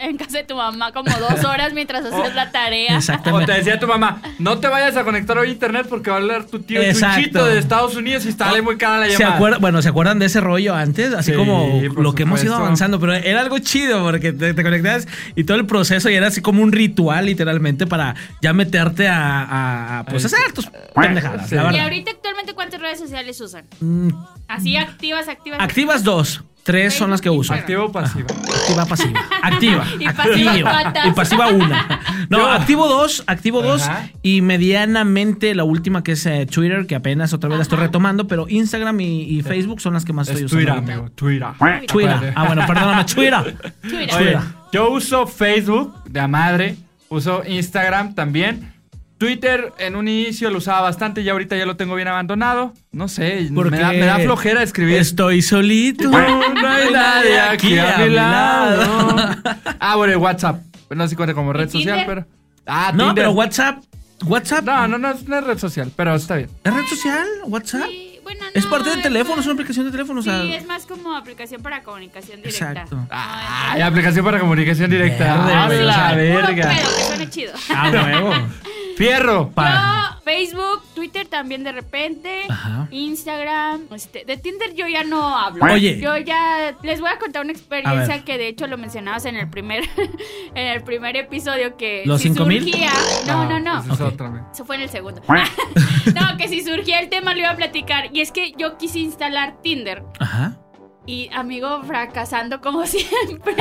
[SPEAKER 7] en casa de tu mamá como dos horas
[SPEAKER 5] Oh,
[SPEAKER 7] mientras hacías la tarea.
[SPEAKER 6] O te
[SPEAKER 5] Exactamente.
[SPEAKER 6] decía tu mamá, no te vayas a conectar hoy a internet porque va a hablar tu tío
[SPEAKER 5] Exacto. Ah,
[SPEAKER 6] Chuchito de Estados Unidos y sale muy cara la
[SPEAKER 5] ¿Se
[SPEAKER 6] llamada.
[SPEAKER 5] acuerda- bueno, ¿se acuerdan de ese rollo antes? Así
[SPEAKER 6] Sí,
[SPEAKER 5] como lo
[SPEAKER 6] por
[SPEAKER 5] que hemos ido
[SPEAKER 6] supuesto.
[SPEAKER 5] avanzando, pero era algo chido porque te, te conectabas y todo el proceso y era así como un ritual literalmente para ya meterte a, a- a, pues
[SPEAKER 6] Ay, sí.
[SPEAKER 5] hacer tus pendejadas,
[SPEAKER 6] Sí.
[SPEAKER 5] la
[SPEAKER 7] Y
[SPEAKER 5] verdad.
[SPEAKER 7] ahorita actualmente, ¿cuántas redes sociales usan?
[SPEAKER 5] Mm,
[SPEAKER 7] Así activas, activas.
[SPEAKER 5] Activas dos. Tres son las que uso.
[SPEAKER 6] Activo o pasivo.
[SPEAKER 5] Ah, Activa, pasiva. Activa.
[SPEAKER 7] Y pasiva,
[SPEAKER 5] activo,
[SPEAKER 7] patas.
[SPEAKER 5] Y pasiva una. No,
[SPEAKER 6] Yo.
[SPEAKER 5] activo dos, activo dos.
[SPEAKER 6] Ajá.
[SPEAKER 5] Y medianamente la última que es eh, Twitter, que apenas otra vez la estoy retomando, pero Instagram y, y Facebook son las que más estoy
[SPEAKER 6] Eh, Es
[SPEAKER 5] usando.
[SPEAKER 6] Twitter,
[SPEAKER 5] ahorita.
[SPEAKER 6] amigo. Twitter.
[SPEAKER 5] Twitter. Ah, bueno, perdóname, Twitter.
[SPEAKER 7] Twitter.
[SPEAKER 6] Oye,
[SPEAKER 5] Twitter.
[SPEAKER 6] yo uso Facebook de a madre, uso Instagram también. Twitter en un inicio lo usaba bastante y ahorita ya lo tengo bien abandonado. No sé,
[SPEAKER 5] Porque
[SPEAKER 6] me da, me da flojera escribir.
[SPEAKER 5] Estoy solito.
[SPEAKER 6] No hay nadie aquí a mi lado. Ah, bueno, y WhatsApp. No sé si cuenta como red social,
[SPEAKER 7] Tinder?
[SPEAKER 6] pero. Ah,
[SPEAKER 5] No,
[SPEAKER 6] Tinder.
[SPEAKER 5] pero WhatsApp. WhatsApp.
[SPEAKER 6] No, no, no, es una red social, pero está bien.
[SPEAKER 5] ¿Es red social? ¿WhatsApp?
[SPEAKER 7] Sí, bueno,
[SPEAKER 5] Es
[SPEAKER 7] no,
[SPEAKER 5] parte del
[SPEAKER 7] es
[SPEAKER 5] teléfono,
[SPEAKER 7] más-
[SPEAKER 5] es una aplicación de teléfono. o sea,
[SPEAKER 7] Sí, es más como aplicación para comunicación directa.
[SPEAKER 5] Exacto.
[SPEAKER 7] No,
[SPEAKER 6] Ay, aplicación para comunicación directa.
[SPEAKER 5] Verde,
[SPEAKER 6] ¡A
[SPEAKER 5] güey, o
[SPEAKER 6] la
[SPEAKER 5] sea,
[SPEAKER 7] es- Puro
[SPEAKER 6] verga!
[SPEAKER 7] pedo, que suene chido.
[SPEAKER 5] A Ah, huevo.
[SPEAKER 6] ¡Fierro!
[SPEAKER 7] Yo, Facebook, Twitter también de repente,
[SPEAKER 5] Ajá.
[SPEAKER 7] Instagram, este, de Tinder yo ya no hablo.
[SPEAKER 5] Oye.
[SPEAKER 7] Yo ya les voy a contar una
[SPEAKER 5] A ver.
[SPEAKER 7] experiencia que de hecho lo mencionabas en el primer, en el primer episodio que
[SPEAKER 5] ¿Los
[SPEAKER 7] si
[SPEAKER 5] cinco mil? Ah,
[SPEAKER 7] surgía. No, no, no.
[SPEAKER 6] Esa es
[SPEAKER 5] Ok.
[SPEAKER 6] otra, güey.
[SPEAKER 7] Eso fue en el segundo. no, que si surgía el tema lo iba a platicar. Y es que yo quise instalar Tinder.
[SPEAKER 5] Ajá.
[SPEAKER 7] Y amigo, fracasando como siempre.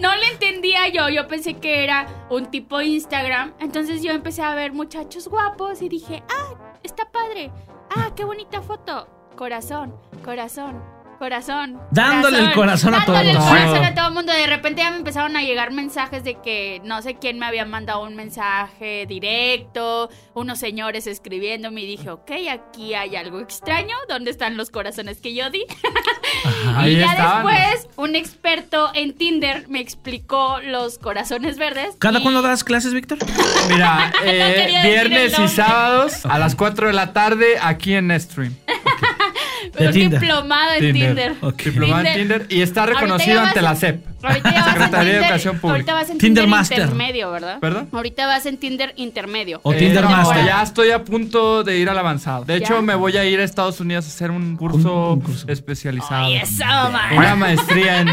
[SPEAKER 7] no le entendía yo. Yo pensé que era un tipo Instagram. Entonces yo empecé a ver muchachos guapos y dije, ah, está padre. Ah, qué bonita foto. Corazón, corazón, corazón.
[SPEAKER 5] Dándole el corazón a todo
[SPEAKER 7] Dándole el
[SPEAKER 5] mundo.
[SPEAKER 7] corazón a todo mundo. De repente ya me empezaron a llegar mensajes de que no sé quién me había mandado un mensaje directo, unos señores escribiéndome y dije, ok, aquí hay algo extraño. ¿Dónde están los corazones que yo di?
[SPEAKER 6] Ahí
[SPEAKER 7] y ya
[SPEAKER 6] estaban.
[SPEAKER 7] después, un experto en Tinder me explicó los corazones verdes.
[SPEAKER 5] ¿Cada
[SPEAKER 7] y-
[SPEAKER 5] cuándo das clases, Víctor?
[SPEAKER 6] Mira, eh,
[SPEAKER 7] quería decir el
[SPEAKER 6] viernes y
[SPEAKER 7] nombre.
[SPEAKER 6] sábados a las 4 de la tarde aquí en Stream.
[SPEAKER 5] de
[SPEAKER 7] un
[SPEAKER 5] Tinder.
[SPEAKER 7] diplomado en
[SPEAKER 6] Tinder.
[SPEAKER 7] Tinder.
[SPEAKER 5] Ok.
[SPEAKER 6] Diplomado en Tinder y está reconocido
[SPEAKER 7] Ahorita
[SPEAKER 6] ante
[SPEAKER 7] ya
[SPEAKER 6] la E
[SPEAKER 7] vas en-
[SPEAKER 6] CEP.
[SPEAKER 7] Ahorita ya vas en
[SPEAKER 6] Secretaría de
[SPEAKER 7] Tinder-
[SPEAKER 6] Educación Pública.
[SPEAKER 7] Ahorita vas en
[SPEAKER 5] Tinder
[SPEAKER 7] Tinder,
[SPEAKER 5] Master.
[SPEAKER 7] intermedio, ¿verdad?
[SPEAKER 6] ¿Perdón?
[SPEAKER 7] Ahorita vas en Tinder intermedio.
[SPEAKER 5] O Tinder
[SPEAKER 6] no,
[SPEAKER 5] Master.
[SPEAKER 6] Eh, Ya estoy a punto de ir al avanzado. De hecho,
[SPEAKER 7] Ya.
[SPEAKER 6] me voy a ir a Estados Unidos a hacer un curso,
[SPEAKER 5] Un- un curso.
[SPEAKER 6] especializado.
[SPEAKER 5] Ah,
[SPEAKER 7] Ay, eso, man.
[SPEAKER 6] Una maestría en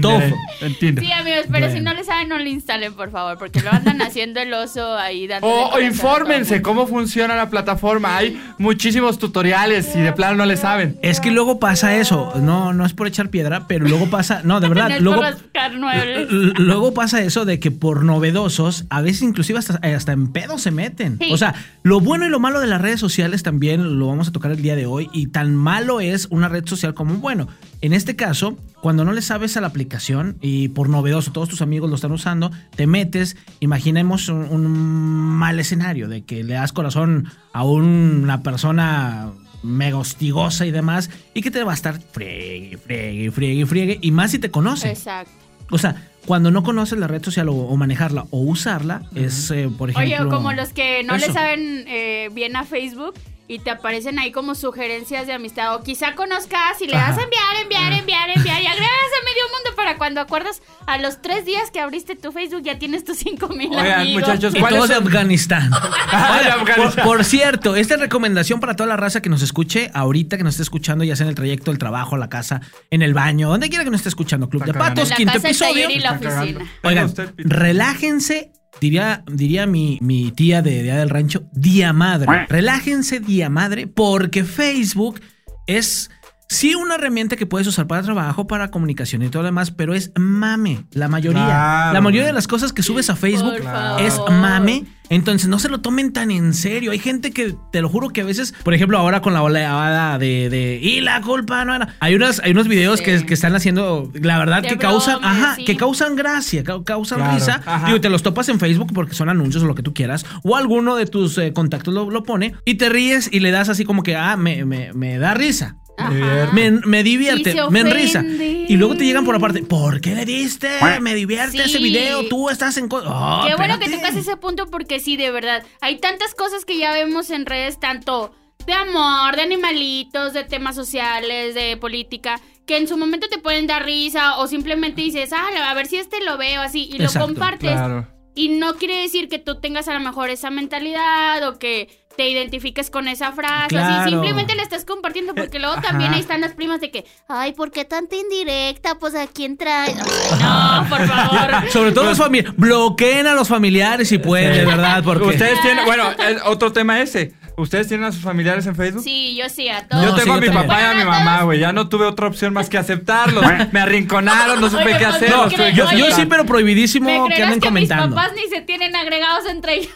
[SPEAKER 6] Tinder.
[SPEAKER 5] TOEFL.
[SPEAKER 6] En Tinder.
[SPEAKER 7] Sí, amigos, pero si no le saben, no le instalen, por favor, porque lo andan haciendo el oso ahí dando.
[SPEAKER 6] O, o Oh, infórmense cómo funciona la plataforma. Hay muchísimos tutoriales y de plano no le saben.
[SPEAKER 5] Es que luego pasa eso. No, no es por echar piedra, pero luego pasa. No, de
[SPEAKER 7] No
[SPEAKER 5] verdad.
[SPEAKER 7] es
[SPEAKER 5] luego,
[SPEAKER 7] por rascar
[SPEAKER 5] l-
[SPEAKER 7] muebles.
[SPEAKER 5] luego pasa eso de que por novedosos, a veces inclusive hasta, hasta en pedo se meten.
[SPEAKER 7] Sí.
[SPEAKER 5] O sea, lo bueno y lo malo de las redes sociales también lo vamos a tocar el día de hoy. Y tan malo es una red social como un bueno. En este caso, cuando no le sabes a la aplicación y por novedoso todos tus amigos lo están usando, te metes. Imaginemos un, un mal escenario de que le das corazón a un- una persona mega hostigosa y demás, y que te va a estar friegue, friegue, friegue, friegue, y más si te conoce.
[SPEAKER 7] Exacto.
[SPEAKER 5] O sea, cuando no conoces la red social o, o manejarla o usarla, es, eh, por ejemplo...
[SPEAKER 7] Oye, o como los que no
[SPEAKER 5] eso.
[SPEAKER 7] le saben eh, bien a Facebook y te aparecen ahí como sugerencias de amistad o quizá conozcas y le das
[SPEAKER 5] Ajá.
[SPEAKER 7] a enviar, enviar, enviar, enviar y agregas a medio mundo para cuando acuerdas a los tres días que abriste tu Facebook ya tienes tus cinco mil
[SPEAKER 6] Oigan,
[SPEAKER 7] amigos.
[SPEAKER 6] muchachos,
[SPEAKER 5] Y
[SPEAKER 6] ¿cuáles
[SPEAKER 5] todos de
[SPEAKER 6] son?
[SPEAKER 5] Afganistán.
[SPEAKER 6] Ah, de
[SPEAKER 5] Oiga, por,
[SPEAKER 6] Afganistán.
[SPEAKER 5] por cierto, esta es recomendación para toda la raza que nos escuche ahorita, que nos esté escuchando, ya sea en el trayecto, el trabajo, la casa, en el baño, donde quiera que nos esté escuchando. Club
[SPEAKER 6] Está
[SPEAKER 5] de
[SPEAKER 6] cagando.
[SPEAKER 5] Patos,
[SPEAKER 7] la
[SPEAKER 5] quinto
[SPEAKER 7] casa, el
[SPEAKER 5] episodio.
[SPEAKER 7] taller y la
[SPEAKER 6] Están cagando.
[SPEAKER 7] oficina.
[SPEAKER 5] Oigan,
[SPEAKER 6] Usted, Peter.
[SPEAKER 5] relájense, diría, diría mi, mi tía de Día del Rancho, día madre. Relájense, día madre, porque Facebook es sí una herramienta que puedes usar para trabajo, para comunicación y todo lo demás, pero es mame, la mayoría.
[SPEAKER 6] Claro.
[SPEAKER 5] La mayoría de las cosas que subes a Facebook
[SPEAKER 7] Por favor.
[SPEAKER 5] es mame. Entonces no se lo tomen tan en serio. Hay gente que te lo juro que a veces, por ejemplo, ahora con la oleada de, de y la culpa no era. Hay unas, hay unos videos
[SPEAKER 7] Sí.
[SPEAKER 5] que, que están haciendo, la verdad,
[SPEAKER 7] De
[SPEAKER 5] que causan,
[SPEAKER 7] bromas,
[SPEAKER 5] ajá,
[SPEAKER 7] sí.
[SPEAKER 5] que causan gracia, cau- causan
[SPEAKER 6] Claro,
[SPEAKER 5] risa.
[SPEAKER 6] ajá.
[SPEAKER 5] Digo, te los topas en Facebook porque son anuncios o lo que tú quieras. O alguno de tus eh, contactos lo, lo pone y te ríes y le das así como que, ah, me, me, me da risa.
[SPEAKER 7] Ajá.
[SPEAKER 5] Me, me divierte,
[SPEAKER 7] Y se
[SPEAKER 5] me enrisa.
[SPEAKER 7] ofende.
[SPEAKER 5] Y luego te llegan por aparte, ¿por qué le diste? Me divierte
[SPEAKER 7] Sí.
[SPEAKER 5] ese video, tú estás en... co-
[SPEAKER 6] Ah,
[SPEAKER 5] Oh,
[SPEAKER 7] Qué bueno que
[SPEAKER 5] espérate.
[SPEAKER 7] tocas ese punto porque sí, de verdad. Hay tantas cosas que ya vemos en redes, tanto de amor, de animalitos, de temas sociales, de política, que en su momento te pueden dar risa o simplemente dices, ah, a ver si este lo veo así y
[SPEAKER 5] Exacto,
[SPEAKER 7] lo compartes.
[SPEAKER 6] Claro.
[SPEAKER 7] Y no quiere decir que tú tengas a lo mejor esa mentalidad o que te identifiques con esa frase.
[SPEAKER 5] Claro.
[SPEAKER 7] Así, simplemente la estás compartiendo porque luego también ahí están las primas de que, ay, ¿por qué tanta indirecta? Pues a quién trae. No, por favor.
[SPEAKER 5] Ah, Sobre todo los familiares. Bloqueen a los familiares si pueden, de verdad, porque.
[SPEAKER 6] Ustedes tienen, bueno, el otro tema ese. ¿Ustedes tienen a sus familiares en Facebook?
[SPEAKER 7] Sí, yo sí, a todos.
[SPEAKER 6] Yo
[SPEAKER 5] No, sí,
[SPEAKER 6] tengo a
[SPEAKER 5] yo
[SPEAKER 6] mi
[SPEAKER 5] también.
[SPEAKER 6] papá y a mi
[SPEAKER 7] Bueno,
[SPEAKER 6] mamá,
[SPEAKER 7] todos-
[SPEAKER 6] güey. Ya no tuve otra opción más que aceptarlos. Me arrinconaron, no supe
[SPEAKER 7] Oye,
[SPEAKER 6] qué
[SPEAKER 7] ¿por qué
[SPEAKER 6] hacer. los
[SPEAKER 7] crees?
[SPEAKER 6] tuve que
[SPEAKER 5] Yo, yo
[SPEAKER 7] Oye,
[SPEAKER 5] sí,
[SPEAKER 6] aceptar.
[SPEAKER 5] pero prohibidísimo
[SPEAKER 7] ¿Me
[SPEAKER 5] que anden
[SPEAKER 7] creerás que mis
[SPEAKER 5] comentando.
[SPEAKER 7] papás ni se tienen agregados entre ellos?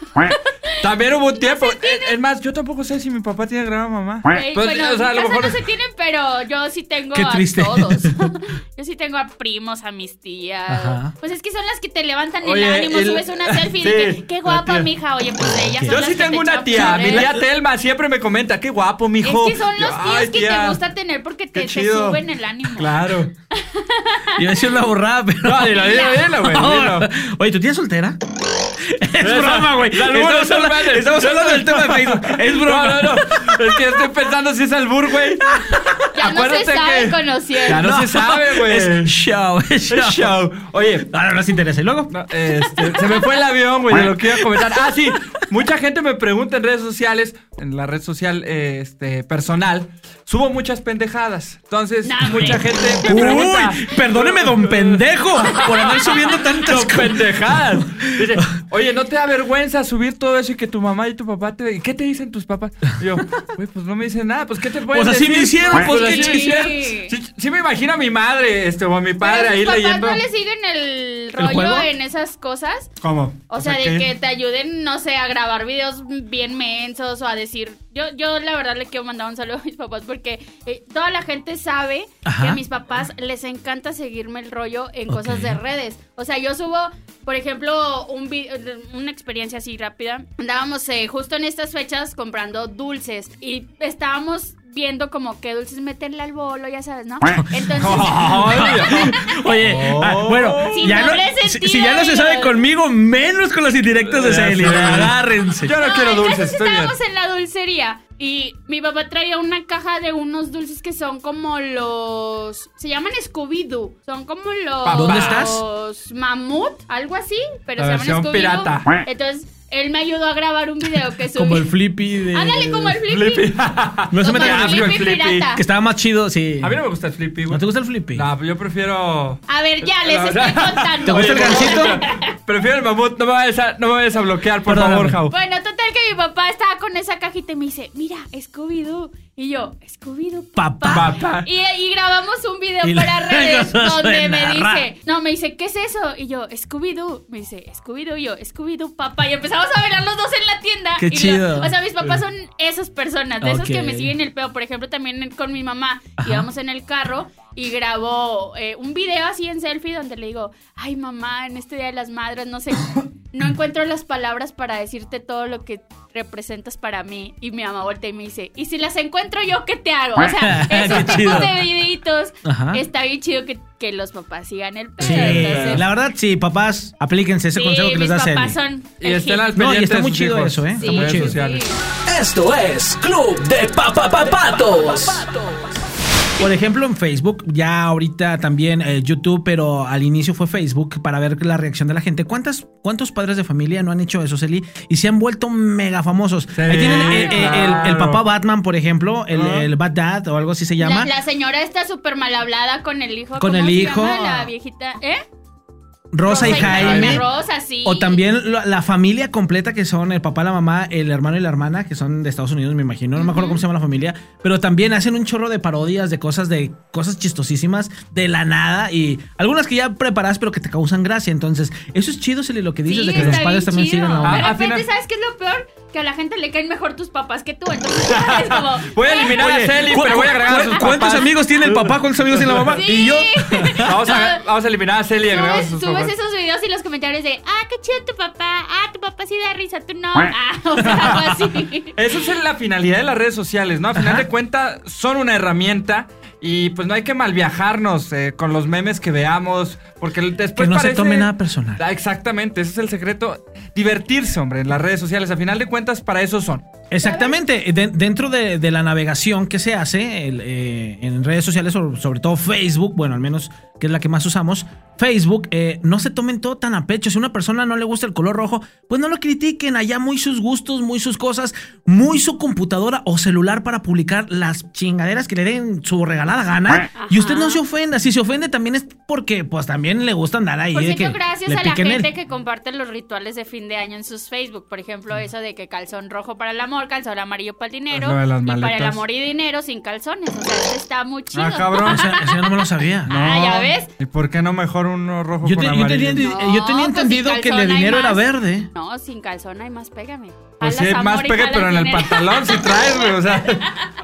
[SPEAKER 6] También hubo un tiempo. eh, Es- Es más, yo tampoco sé si mi papá tiene grabado a mamá.
[SPEAKER 7] Güey,
[SPEAKER 6] Pues,
[SPEAKER 7] bueno,
[SPEAKER 6] o sea, a lo
[SPEAKER 7] en mi casa
[SPEAKER 6] mejor-
[SPEAKER 7] no se tienen, pero yo sí tengo
[SPEAKER 5] Qué
[SPEAKER 7] a
[SPEAKER 5] triste.
[SPEAKER 7] todos. yo sí tengo a primos, a mis tías.
[SPEAKER 5] Ajá.
[SPEAKER 7] Pues es que son las que te levantan
[SPEAKER 6] Oye,
[SPEAKER 7] el ánimo,
[SPEAKER 6] el-
[SPEAKER 7] subes una selfie
[SPEAKER 6] Sí,
[SPEAKER 7] y dices, qué
[SPEAKER 6] la
[SPEAKER 7] guapa,
[SPEAKER 6] tía.
[SPEAKER 7] mija. Oye, pues ellas son
[SPEAKER 6] Yo
[SPEAKER 7] las
[SPEAKER 6] sí
[SPEAKER 7] que te
[SPEAKER 6] tengo una
[SPEAKER 7] echan
[SPEAKER 6] tía. Mi
[SPEAKER 7] flores.
[SPEAKER 6] tía Telma siempre me comenta, qué guapo,
[SPEAKER 7] Es
[SPEAKER 6] mijo.
[SPEAKER 7] que son los tíos
[SPEAKER 6] Ay,
[SPEAKER 7] que
[SPEAKER 6] tía,
[SPEAKER 7] te gusta tener porque
[SPEAKER 6] qué
[SPEAKER 7] te, te
[SPEAKER 6] chido.
[SPEAKER 7] suben el ánimo.
[SPEAKER 6] Claro.
[SPEAKER 5] Iba a decir una borrada, pero.
[SPEAKER 6] No, dilo, dilo, dilo, güey. dilo.
[SPEAKER 5] Oye, ¿tu tía es soltera? Es broma, güey.
[SPEAKER 6] La luna
[SPEAKER 5] Estamos,
[SPEAKER 6] no
[SPEAKER 5] habla-
[SPEAKER 6] vale.
[SPEAKER 5] estamos hablando del tema de Facebook. Es broma.
[SPEAKER 6] No, no, no. Es que estoy pensando si es albur, güey.
[SPEAKER 7] Ya no se
[SPEAKER 6] Acuérdate
[SPEAKER 7] saben
[SPEAKER 6] que-
[SPEAKER 7] conocer.
[SPEAKER 6] Ya no, se sabe, güey.
[SPEAKER 5] Es show, es show.
[SPEAKER 6] Es show. Oye,
[SPEAKER 5] No, no, no se interesa. ¿Y luego?
[SPEAKER 6] No, este, se me fue el avión, güey, de lo que iba a comentar. Ah, sí, mucha gente me pregunta en redes sociales, en la red social eh, este, personal, subo muchas pendejadas. Entonces,
[SPEAKER 7] Nah, güey.
[SPEAKER 6] mucha gente me pregunta.
[SPEAKER 5] Uy, perdóneme, don pendejo, por andar subiendo tantas
[SPEAKER 6] Don
[SPEAKER 5] cosas.
[SPEAKER 6] pendejadas. Dice, oye, ¿no te da vergüenza subir todo eso y que tu mamá y tu papá te... ¿Y qué te dicen tus papás? Y yo, güey, pues no me dicen nada. Pues, ¿qué te pueden
[SPEAKER 5] Pues así
[SPEAKER 6] decir?
[SPEAKER 5] me hicieron, pues,
[SPEAKER 6] así
[SPEAKER 5] ¿qué
[SPEAKER 6] me
[SPEAKER 7] chingados?
[SPEAKER 6] hicieron. Sí, sí me imagino a mi madre este, o a mi padre
[SPEAKER 7] Pero
[SPEAKER 6] ahí
[SPEAKER 7] sus papás
[SPEAKER 6] leyendo.
[SPEAKER 7] no le siguen el
[SPEAKER 5] juego?
[SPEAKER 7] rollo en esas cosas.
[SPEAKER 6] ¿Cómo?
[SPEAKER 7] O sea, de
[SPEAKER 6] ¿qué?
[SPEAKER 7] que te ayuden, no sé, a grabar videos bien mensos o a decir. Yo, yo la verdad le quiero mandar un saludo a mis papás porque eh, toda la gente sabe que
[SPEAKER 5] Ajá.
[SPEAKER 7] a mis papás les encanta seguirme el rollo en
[SPEAKER 5] Ok.
[SPEAKER 7] cosas de redes. O sea, yo subo, por ejemplo, un vi- una experiencia así rápida. Andábamos eh, justo en estas fechas comprando dulces y estábamos viendo como qué dulces meterle al bolo, ya sabes, ¿no? Entonces.
[SPEAKER 6] Ay,
[SPEAKER 5] Oye, ah, bueno,
[SPEAKER 7] Sin
[SPEAKER 5] ya no,
[SPEAKER 7] doble
[SPEAKER 5] si,
[SPEAKER 7] sentido,
[SPEAKER 5] si ya no se sabe
[SPEAKER 7] amigos.
[SPEAKER 5] conmigo, menos con los indirectos de
[SPEAKER 6] Ya
[SPEAKER 5] Celi.
[SPEAKER 6] sé.
[SPEAKER 5] Agárrense.
[SPEAKER 6] Yo no, quiero
[SPEAKER 7] el caso es
[SPEAKER 6] dulces,
[SPEAKER 7] que
[SPEAKER 6] estoy bien.
[SPEAKER 7] estábamos en la dulcería y mi papá traía una caja de unos dulces que son como los... Se llaman Scooby-Doo. Son como los...
[SPEAKER 5] ¿Dónde estás?
[SPEAKER 7] Los mamut, algo así, pero
[SPEAKER 6] La
[SPEAKER 7] se
[SPEAKER 6] versión
[SPEAKER 7] llaman Scooby-Doo.
[SPEAKER 6] pirata.
[SPEAKER 7] Entonces, él me ayudó a grabar un video que subí.
[SPEAKER 5] Como el flippy de.
[SPEAKER 7] Ándale, como el Flippy.
[SPEAKER 6] Flippy.
[SPEAKER 5] No se
[SPEAKER 7] Como
[SPEAKER 5] mete
[SPEAKER 7] el
[SPEAKER 5] asco
[SPEAKER 7] Flippy pirata.
[SPEAKER 5] Que estaba más chido, sí.
[SPEAKER 6] A mí no me gusta el Flippy, güey.
[SPEAKER 5] ¿No te gusta el flippy?
[SPEAKER 6] No, yo prefiero.
[SPEAKER 7] A ver, ya, les
[SPEAKER 6] La
[SPEAKER 7] estoy
[SPEAKER 6] verdad.
[SPEAKER 7] contando.
[SPEAKER 5] ¿Te gusta el
[SPEAKER 6] Oye,
[SPEAKER 5] gancito?
[SPEAKER 6] Prefiero el mamut. No me vayas a, no me vayas a bloquear, por
[SPEAKER 5] Perdóname.
[SPEAKER 6] favor, Jau.
[SPEAKER 7] Bueno, total que mi papá estaba con esa cajita y me dice, mira, Scooby-Doo. Y yo, Scooby-Doo, papá.
[SPEAKER 5] Papá.
[SPEAKER 6] Papá.
[SPEAKER 7] Y, y grabamos un video
[SPEAKER 5] Y
[SPEAKER 7] para
[SPEAKER 5] la-
[SPEAKER 7] redes
[SPEAKER 5] no se
[SPEAKER 7] donde me
[SPEAKER 5] narra.
[SPEAKER 7] dice, no, me dice, ¿qué es eso? Y yo, Scooby-Doo. Me dice, Scooby-Doo. Y yo, Scooby-Doo, papá. Y empezamos a bailar los dos en la tienda.
[SPEAKER 5] Qué
[SPEAKER 7] Y lo-
[SPEAKER 5] chido.
[SPEAKER 7] o sea, mis papás son esas personas, de esas que me
[SPEAKER 5] Ok.
[SPEAKER 7] siguen el peo. Por ejemplo, también en- con mi mamá íbamos en el carro y grabó eh, un video así en selfie donde le digo, ay, mamá, en este Día de las Madres, no sé, no encuentro las palabras para decirte todo lo que representas para mí y mi mamá voltea y me dice y si las encuentro yo qué te hago o sea
[SPEAKER 5] Qué
[SPEAKER 7] esos tipos
[SPEAKER 5] chido.
[SPEAKER 7] de videitos
[SPEAKER 5] Ajá.
[SPEAKER 7] está bien chido que, que los papás sigan el pedo
[SPEAKER 5] Sí.
[SPEAKER 7] entonces,
[SPEAKER 5] La verdad, sí, papás, aplíquense ese
[SPEAKER 7] sí,
[SPEAKER 5] consejo que les
[SPEAKER 7] mis
[SPEAKER 5] da Celi.
[SPEAKER 7] papás son
[SPEAKER 6] Y
[SPEAKER 7] el
[SPEAKER 6] estén al
[SPEAKER 7] hit.
[SPEAKER 5] No, y
[SPEAKER 6] pendiente
[SPEAKER 5] está
[SPEAKER 6] de
[SPEAKER 5] muy
[SPEAKER 6] sus
[SPEAKER 5] chido
[SPEAKER 6] hijos.
[SPEAKER 5] eso, ¿eh?
[SPEAKER 6] en
[SPEAKER 5] Está
[SPEAKER 7] muy
[SPEAKER 6] redes
[SPEAKER 7] chido.
[SPEAKER 6] sociales.
[SPEAKER 7] Sí.
[SPEAKER 1] Esto es Club de Papapapatos.
[SPEAKER 5] Por ejemplo, en Facebook, ya ahorita también eh, YouTube, pero al inicio fue Facebook para ver la reacción de la gente. ¿Cuántas, ¿Cuántos padres de familia no han hecho eso, Celi? Y se han vuelto mega famosos.
[SPEAKER 6] Sí,
[SPEAKER 5] Ahí tienen eh, eh,
[SPEAKER 6] claro.
[SPEAKER 5] el, el papá Batman, por ejemplo, el, el Bat Dad o algo así se llama.
[SPEAKER 7] la, la señora está súper mal hablada con el hijo
[SPEAKER 5] Con
[SPEAKER 7] ¿cómo
[SPEAKER 5] el
[SPEAKER 7] se
[SPEAKER 5] hijo.
[SPEAKER 7] llama la viejita ¿eh?
[SPEAKER 5] Rosa, y Jaime.
[SPEAKER 7] Rosa sí
[SPEAKER 5] O también la, la familia completa que son el papá, la mamá, el hermano y la hermana, que son de Estados Unidos, me imagino. No me acuerdo cómo se llama la familia. Pero también hacen un chorro de parodias, de cosas, de cosas chistosísimas, de la nada. Y algunas que ya preparas, pero que te causan gracia. Entonces, eso es chido, Celi, lo que dices,
[SPEAKER 7] Sí,
[SPEAKER 5] de que
[SPEAKER 7] está
[SPEAKER 5] los padres
[SPEAKER 7] bien
[SPEAKER 5] también
[SPEAKER 7] chido.
[SPEAKER 5] sigan la onda.
[SPEAKER 7] De
[SPEAKER 6] Ah, al
[SPEAKER 7] repente,
[SPEAKER 6] final-
[SPEAKER 7] ¿sabes qué es lo peor? Que a la gente le caen mejor tus papás que tú. Entonces, es como.
[SPEAKER 6] Voy a eliminar a
[SPEAKER 5] Oye,
[SPEAKER 6] Celi,
[SPEAKER 5] ¿cu-
[SPEAKER 6] pero voy a agregar a
[SPEAKER 5] cu-
[SPEAKER 6] sus
[SPEAKER 5] ¿Cuántos
[SPEAKER 6] papás.
[SPEAKER 5] amigos tiene el papá? ¿Cuántos amigos tiene la mamá?
[SPEAKER 7] Sí.
[SPEAKER 5] Y yo.
[SPEAKER 6] Vamos a, vamos a eliminar a Celi y agregamos a
[SPEAKER 7] Subes,
[SPEAKER 6] sus
[SPEAKER 7] subes
[SPEAKER 6] papás.
[SPEAKER 7] esos videos y los comentarios de, ah, qué chido tu papá, ah, tu papá sí da risa, tú no. Ah, o sea, algo así.
[SPEAKER 6] Esa es la finalidad de las redes sociales, ¿no? A final de cuentas, son una herramienta y pues no hay que malviajarnos eh, con los memes que veamos, porque después
[SPEAKER 5] Que no se
[SPEAKER 6] parece-
[SPEAKER 5] tome nada personal.
[SPEAKER 6] Ah, Exactamente, ese es el secreto. Divertirse, hombre, en las redes sociales. A final de cuentas, para eso son.
[SPEAKER 5] Exactamente, de- dentro de, de la navegación que se hace el, eh, en redes sociales, sobre, sobre todo Facebook, bueno, al menos que es la que más usamos, Facebook, eh, no se tomen todo tan a pecho. Si a una persona no le gusta el color rojo, pues no lo critiquen. Allá muy sus gustos, muy sus cosas, muy su computadora o celular para publicar las chingaderas que le den su regalada gana. Y usted no se ofenda. Si se ofende también es porque pues también le gusta andar ahí.
[SPEAKER 7] Por
[SPEAKER 5] de
[SPEAKER 7] cierto,
[SPEAKER 5] que
[SPEAKER 7] Pues gracias
[SPEAKER 5] le
[SPEAKER 7] a la
[SPEAKER 5] piquen el-
[SPEAKER 7] gente que comparte los rituales de fin de año en sus Facebook. Por ejemplo,
[SPEAKER 6] Mm.
[SPEAKER 7] eso de que calzón rojo para el amor, calzón amarillo para el dinero.
[SPEAKER 6] Lo de las
[SPEAKER 7] y para el
[SPEAKER 6] maletas.
[SPEAKER 7] amor y dinero sin calzones. O sea, eso está muy chido.
[SPEAKER 6] Ah, cabrón.
[SPEAKER 5] O sea, eso yo no me lo sabía.
[SPEAKER 7] Ah, ¿ya ves?
[SPEAKER 6] ¿Y por qué no mejor uno rojo
[SPEAKER 5] Yo,
[SPEAKER 6] con
[SPEAKER 5] te- yo
[SPEAKER 6] amarillo?
[SPEAKER 5] tenía,
[SPEAKER 7] No,
[SPEAKER 5] yo tenía
[SPEAKER 7] pues,
[SPEAKER 5] entendido
[SPEAKER 7] sin
[SPEAKER 5] que el de
[SPEAKER 7] calzón hay
[SPEAKER 5] dinero era
[SPEAKER 7] más.
[SPEAKER 5] verde.
[SPEAKER 7] No, sin calzón hay más pégame.
[SPEAKER 6] Pues sí,
[SPEAKER 7] Jalas amor
[SPEAKER 6] más
[SPEAKER 7] y
[SPEAKER 6] pegue,
[SPEAKER 7] jalas
[SPEAKER 6] pero en el
[SPEAKER 7] dinero.
[SPEAKER 6] pantalón si traes, güey. O sea,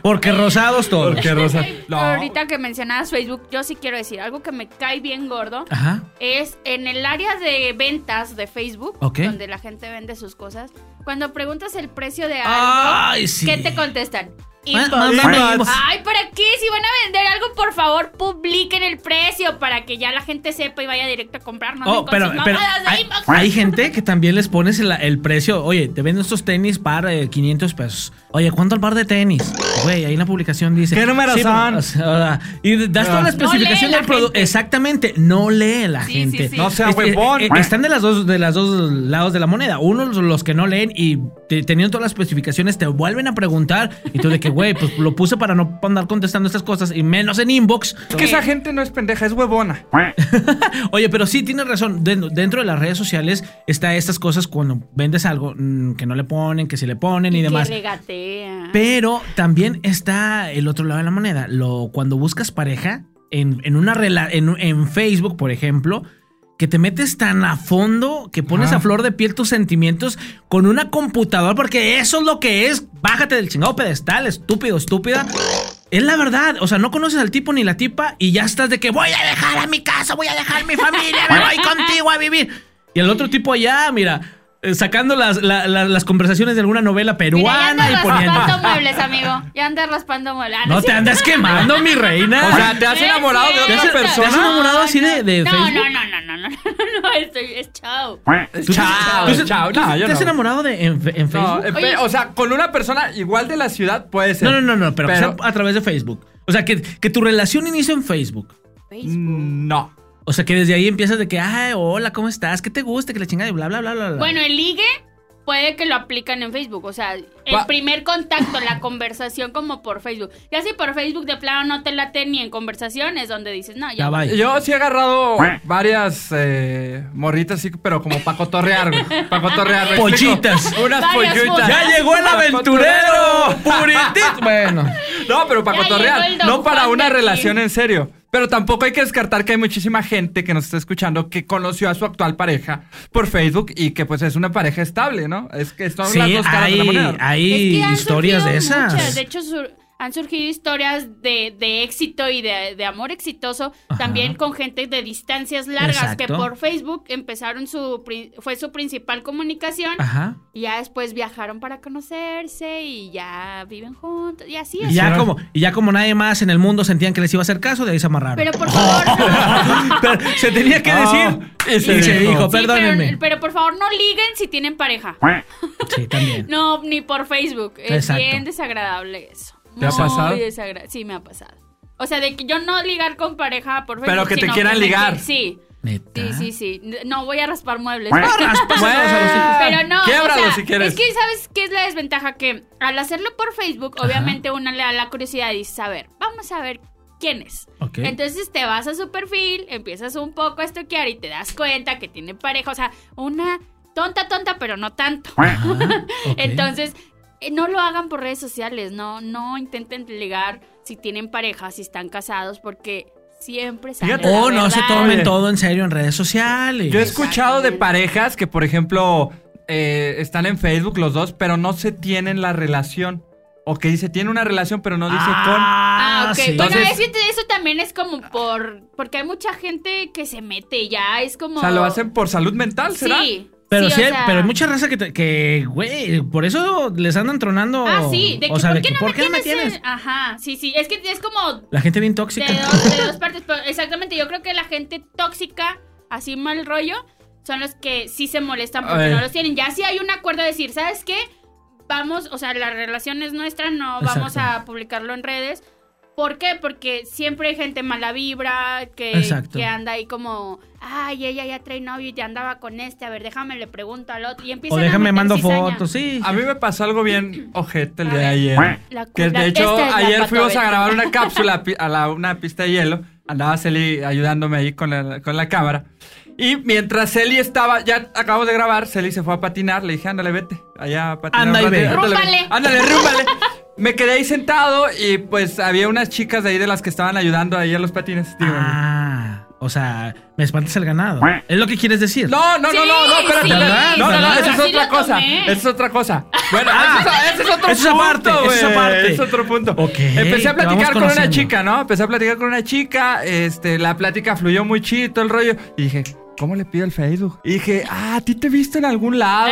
[SPEAKER 5] Porque rosados todos.
[SPEAKER 6] porque rosa.
[SPEAKER 7] Pero ahorita que mencionabas Facebook, yo sí quiero decir algo que me cae bien gordo.
[SPEAKER 5] Ajá.
[SPEAKER 7] es en el área de ventas de Facebook,
[SPEAKER 5] Ok.
[SPEAKER 7] donde la gente vende sus cosas. Cuando preguntas el precio de algo,
[SPEAKER 6] Ah,
[SPEAKER 5] Ay, sí.
[SPEAKER 7] ¿qué te contestan?
[SPEAKER 5] Ma-
[SPEAKER 7] Inbox.
[SPEAKER 5] mándame inbox.
[SPEAKER 7] Ay, ¿para qué? Si van a vender algo, por favor, publiquen el precio para que ya la gente sepa y vaya directo a comprar. No
[SPEAKER 5] Oh,
[SPEAKER 7] anden con
[SPEAKER 5] pero,
[SPEAKER 7] sus
[SPEAKER 5] pero
[SPEAKER 7] mamadas de
[SPEAKER 5] hay,
[SPEAKER 7] inbox.
[SPEAKER 5] hay gente que también les pones el, el precio. Oye, te venden estos tenis para 500 pesos. Oye, ¿cuánto el par de tenis? Güey, ahí en la publicación dice.
[SPEAKER 6] ¿Qué números
[SPEAKER 5] pero,
[SPEAKER 6] son?
[SPEAKER 5] o sea, o sea, y das toda la especificación
[SPEAKER 7] lee la
[SPEAKER 5] del producto.
[SPEAKER 7] gente.
[SPEAKER 5] Exactamente, no lee la
[SPEAKER 7] Sí, sí,
[SPEAKER 5] gente.
[SPEAKER 7] sí.
[SPEAKER 6] No sea
[SPEAKER 5] Este,
[SPEAKER 6] huevón.
[SPEAKER 5] eh, eh, están de las dos de las dos lados de la moneda. Uno los que no leen y te- teniendo todas las especificaciones te vuelven a preguntar y tú de que güey, pues lo puse para no andar contestando estas cosas y menos en inbox.
[SPEAKER 6] Es que esa gente no es pendeja, es huevona.
[SPEAKER 5] Oye, pero sí tienes razón. Den- Dentro de las redes sociales está estas cosas cuando vendes algo mm, que no le ponen, que sí le ponen y,
[SPEAKER 7] Y que
[SPEAKER 5] demás.
[SPEAKER 7] regatea.
[SPEAKER 5] Pero también está el otro lado de la moneda. Lo, cuando buscas pareja en, en una rela- en, en Facebook, por ejemplo, que te metes tan a fondo que pones
[SPEAKER 6] Ajá.
[SPEAKER 5] a flor de piel tus sentimientos con una computadora, porque eso es lo que es. Bájate del chingado pedestal, estúpido, estúpida. Es la verdad, o sea, no conoces al tipo ni la tipa y ya estás de que voy a dejar a mi casa, voy a dejar mi familia, me voy contigo a vivir. Y el otro tipo allá, mira, eh, sacando las, la- la- las conversaciones de alguna novela
[SPEAKER 7] Mira, ya
[SPEAKER 5] peruana
[SPEAKER 7] andas
[SPEAKER 5] y poniendo.
[SPEAKER 7] raspando muebles, amigo. Ya andas raspando muebles. Ah,
[SPEAKER 5] No
[SPEAKER 7] es
[SPEAKER 5] te
[SPEAKER 7] cierto.
[SPEAKER 5] andas quemando, mi reina.
[SPEAKER 6] O sea, te has
[SPEAKER 7] Sí,
[SPEAKER 6] enamorado de
[SPEAKER 7] sí,
[SPEAKER 6] otra
[SPEAKER 7] sí, sí.
[SPEAKER 5] ¿Te has
[SPEAKER 6] persona.
[SPEAKER 5] enamorado así de, de
[SPEAKER 7] no,
[SPEAKER 5] Facebook?
[SPEAKER 7] no, no, no, no, no, no, no, estoy, es chao.
[SPEAKER 5] ¿Tú-
[SPEAKER 6] Chao,
[SPEAKER 5] tú-
[SPEAKER 6] chao.
[SPEAKER 5] tú-
[SPEAKER 6] No, yo
[SPEAKER 5] ¿Te has
[SPEAKER 6] no.
[SPEAKER 5] enamorado de, en, en
[SPEAKER 6] No,
[SPEAKER 5] Facebook?
[SPEAKER 6] eh,
[SPEAKER 7] Oye.
[SPEAKER 6] pe- o sea, con una persona igual de la ciudad puede ser.
[SPEAKER 5] No, no, no, no, pero, que sea a través de Facebook. O sea, que, que tu relación inicia en Facebook.
[SPEAKER 6] Mm, No.
[SPEAKER 5] O sea, que desde ahí empiezas de que, ay, hola, ¿cómo estás? ¿Qué te gusta? Que la chingada y bla, bla, bla, bla. bla.
[SPEAKER 7] Bueno, el ligue puede que lo aplican en Facebook, o sea, el
[SPEAKER 6] Va-
[SPEAKER 7] primer contacto, la conversación como por Facebook. Ya si por Facebook de plano no te late ni en conversaciones donde dices, no,
[SPEAKER 5] ya
[SPEAKER 7] ya.
[SPEAKER 5] va.
[SPEAKER 6] Yo sí he agarrado varias eh, morritas, sí, pero como para cotorrear, güey. Para cotorrear. ¿me explico?
[SPEAKER 5] Pollitas.
[SPEAKER 6] Unas
[SPEAKER 7] Varias
[SPEAKER 6] pollitas.
[SPEAKER 7] pollitas.
[SPEAKER 5] ¡Ya llegó el aventurero! ¡Puritito! Bueno.
[SPEAKER 6] No, pero para
[SPEAKER 7] Ya llegó
[SPEAKER 6] cotorrear,
[SPEAKER 7] el don
[SPEAKER 6] no para
[SPEAKER 7] Juan
[SPEAKER 6] una
[SPEAKER 7] de aquí.
[SPEAKER 6] relación en serio. Pero tampoco hay que descartar que hay muchísima gente que nos está escuchando que conoció a su actual pareja por Facebook y que pues es una pareja estable, ¿no? Es que son
[SPEAKER 5] Sí,
[SPEAKER 6] las dos caras de la
[SPEAKER 5] hay,
[SPEAKER 6] moneda.
[SPEAKER 5] hay
[SPEAKER 7] Es que han
[SPEAKER 5] historias de
[SPEAKER 7] surgido
[SPEAKER 5] esas.
[SPEAKER 7] muchas, De hecho, sur- han surgido historias de, de éxito y de, de amor exitoso,
[SPEAKER 5] Ajá.
[SPEAKER 7] también con gente de distancias largas, que
[SPEAKER 5] Exacto.
[SPEAKER 7] por Facebook empezaron su, pri- fue su principal comunicación,
[SPEAKER 5] Ajá.
[SPEAKER 7] y ya después viajaron para conocerse y ya viven juntos, y así es.
[SPEAKER 5] Y ya,
[SPEAKER 6] Hicieron-
[SPEAKER 5] como, y ya como nadie más en el mundo sentían que les iba a hacer caso, de ahí se amarraron.
[SPEAKER 7] Pero por favor, no.
[SPEAKER 5] Pero se tenía que decir.
[SPEAKER 6] Ah, y se
[SPEAKER 5] y se
[SPEAKER 6] dijo.
[SPEAKER 5] dijo,
[SPEAKER 7] Sí, pero-
[SPEAKER 5] perdónenme.
[SPEAKER 7] pero, por favor, no liguen si tienen pareja.
[SPEAKER 5] Sí, también.
[SPEAKER 7] No, ni por Facebook. Es
[SPEAKER 5] Exacto.
[SPEAKER 7] bien desagradable eso.
[SPEAKER 6] ¿Te ha
[SPEAKER 7] Muy
[SPEAKER 6] pasado?
[SPEAKER 7] desagra- Sí, me ha pasado. O sea, de que yo no ligar con pareja por Facebook.
[SPEAKER 6] Pero que te
[SPEAKER 7] sino
[SPEAKER 6] quieran
[SPEAKER 7] me
[SPEAKER 6] ligar. Ah.
[SPEAKER 7] quie- Sí.
[SPEAKER 5] Neta.
[SPEAKER 7] Sí, sí, sí. No voy a raspar muebles.
[SPEAKER 6] Bueno,
[SPEAKER 7] Pero no,
[SPEAKER 6] Quiébralo
[SPEAKER 7] o sea,
[SPEAKER 6] si quieres.
[SPEAKER 7] es que ¿sabes qué es la desventaja? Que al hacerlo por Facebook, obviamente una le da la curiosidad y dices, a ver, vamos a ver quién es.
[SPEAKER 5] Ok.
[SPEAKER 7] Entonces te vas a su perfil, empiezas un poco a estoquear y te das cuenta que tiene pareja, o sea, una tonta, tonta, pero no tanto.
[SPEAKER 5] Ajá, ok.
[SPEAKER 7] Entonces, eh, no lo hagan por redes sociales, no, no intenten ligar si tienen pareja, si están casados, porque siempre sale
[SPEAKER 6] Fíjate.
[SPEAKER 7] la
[SPEAKER 5] O Oh, no se
[SPEAKER 7] verdad.
[SPEAKER 5] tomen
[SPEAKER 6] Oye.
[SPEAKER 5] todo en serio en redes sociales.
[SPEAKER 6] Yo he escuchado de
[SPEAKER 7] Exactamente.
[SPEAKER 6] parejas que, por ejemplo, eh, están en Facebook los dos, pero no se tienen la relación. O que dice, tiene una relación, pero no dice
[SPEAKER 7] Ah, ok.
[SPEAKER 5] sí.
[SPEAKER 7] Bueno,
[SPEAKER 6] Entonces-
[SPEAKER 7] es que eso también es como por. Porque hay mucha gente que se mete ya. Es como.
[SPEAKER 6] con. O sea, lo hacen por salud mental, ¿será?
[SPEAKER 7] Ah. Sí.
[SPEAKER 5] Pero
[SPEAKER 7] sí,
[SPEAKER 5] sí,
[SPEAKER 7] o
[SPEAKER 5] hay-
[SPEAKER 7] sea-
[SPEAKER 5] pero hay mucha raza que, te- que, güey, por eso les andan tronando.
[SPEAKER 7] Ah, sí. De que,
[SPEAKER 5] o sea,
[SPEAKER 7] ¿Por
[SPEAKER 5] de
[SPEAKER 7] qué
[SPEAKER 5] que,
[SPEAKER 7] no
[SPEAKER 5] ¿por
[SPEAKER 7] me
[SPEAKER 5] qué no me
[SPEAKER 7] tienes?
[SPEAKER 5] tienes?
[SPEAKER 7] en- Ajá. Sí, sí. Es que es como
[SPEAKER 5] La gente bien
[SPEAKER 7] de
[SPEAKER 5] tóxica.
[SPEAKER 7] dos, de dos partes. pero exactamente. Yo creo que la gente tóxica, así mal rollo, son los que sí se molestan porque
[SPEAKER 6] Ay.
[SPEAKER 7] no los tienen. Ya sí hay un acuerdo de decir, ¿sabes qué? Vamos, o sea, la relación es nuestra, no vamos
[SPEAKER 5] Exacto.
[SPEAKER 7] a publicarlo en redes. ¿Por qué? Porque siempre hay gente mala vibra que,
[SPEAKER 5] Exacto.
[SPEAKER 7] que anda ahí como, ay, ella ya trae novio y ya andaba con este, a ver, déjame le pregunto al otro. Y empiezan
[SPEAKER 5] O
[SPEAKER 7] a
[SPEAKER 5] déjame
[SPEAKER 7] meter
[SPEAKER 5] mando
[SPEAKER 7] cizaña.
[SPEAKER 5] fotos, sí.
[SPEAKER 6] A mí me pasó algo bien ojete el
[SPEAKER 7] A
[SPEAKER 6] día de
[SPEAKER 7] ver.
[SPEAKER 6] ayer.
[SPEAKER 7] La
[SPEAKER 6] Que
[SPEAKER 7] cula-
[SPEAKER 6] de hecho,
[SPEAKER 7] esta es la
[SPEAKER 6] ayer fuimos a
[SPEAKER 7] patoveta.
[SPEAKER 6] grabar una cápsula pi- a la, una pista de hielo. Andaba Celi ayudándome ahí con la, con la cámara. Y mientras Celi estaba, ya acabamos de grabar, Celi se fue a patinar. Le dije, ándale, vete. Allá a patinar.
[SPEAKER 5] Anda
[SPEAKER 6] un
[SPEAKER 5] y ve.
[SPEAKER 6] ratito, Ándale,
[SPEAKER 7] Rúmbale.
[SPEAKER 6] ándale, rúmbale. Me quedé ahí sentado y pues había unas chicas de ahí de las que estaban ayudando ahí a los patines. Digo,
[SPEAKER 5] Ah, o sea, me espantas el ganado. Es lo que quieres decir.
[SPEAKER 6] no, no,
[SPEAKER 7] Sí,
[SPEAKER 6] no, no, no, espérate.
[SPEAKER 7] sí,
[SPEAKER 6] espérate. no, no, no,
[SPEAKER 5] ¿verdad?
[SPEAKER 6] esa es
[SPEAKER 7] Sí
[SPEAKER 6] otra
[SPEAKER 7] lo
[SPEAKER 6] cosa.
[SPEAKER 7] tomé.
[SPEAKER 6] Esa es otra cosa. Bueno,
[SPEAKER 5] Ah.
[SPEAKER 6] ese, es, ese es otro
[SPEAKER 5] Esa es aparte,
[SPEAKER 6] punto.
[SPEAKER 5] esa es
[SPEAKER 6] güey.
[SPEAKER 5] aparte.
[SPEAKER 6] Es otro punto.
[SPEAKER 5] Ok,
[SPEAKER 6] Empecé a
[SPEAKER 5] te vamos
[SPEAKER 6] platicar con una
[SPEAKER 5] conociendo.
[SPEAKER 6] chica, ¿no? Empecé a platicar con una chica. Este, la plática fluyó muy chido, todo el rollo. Y dije, ¿cómo le pido el Facebook? Y dije, ah, ¿a ti te he visto en algún lado?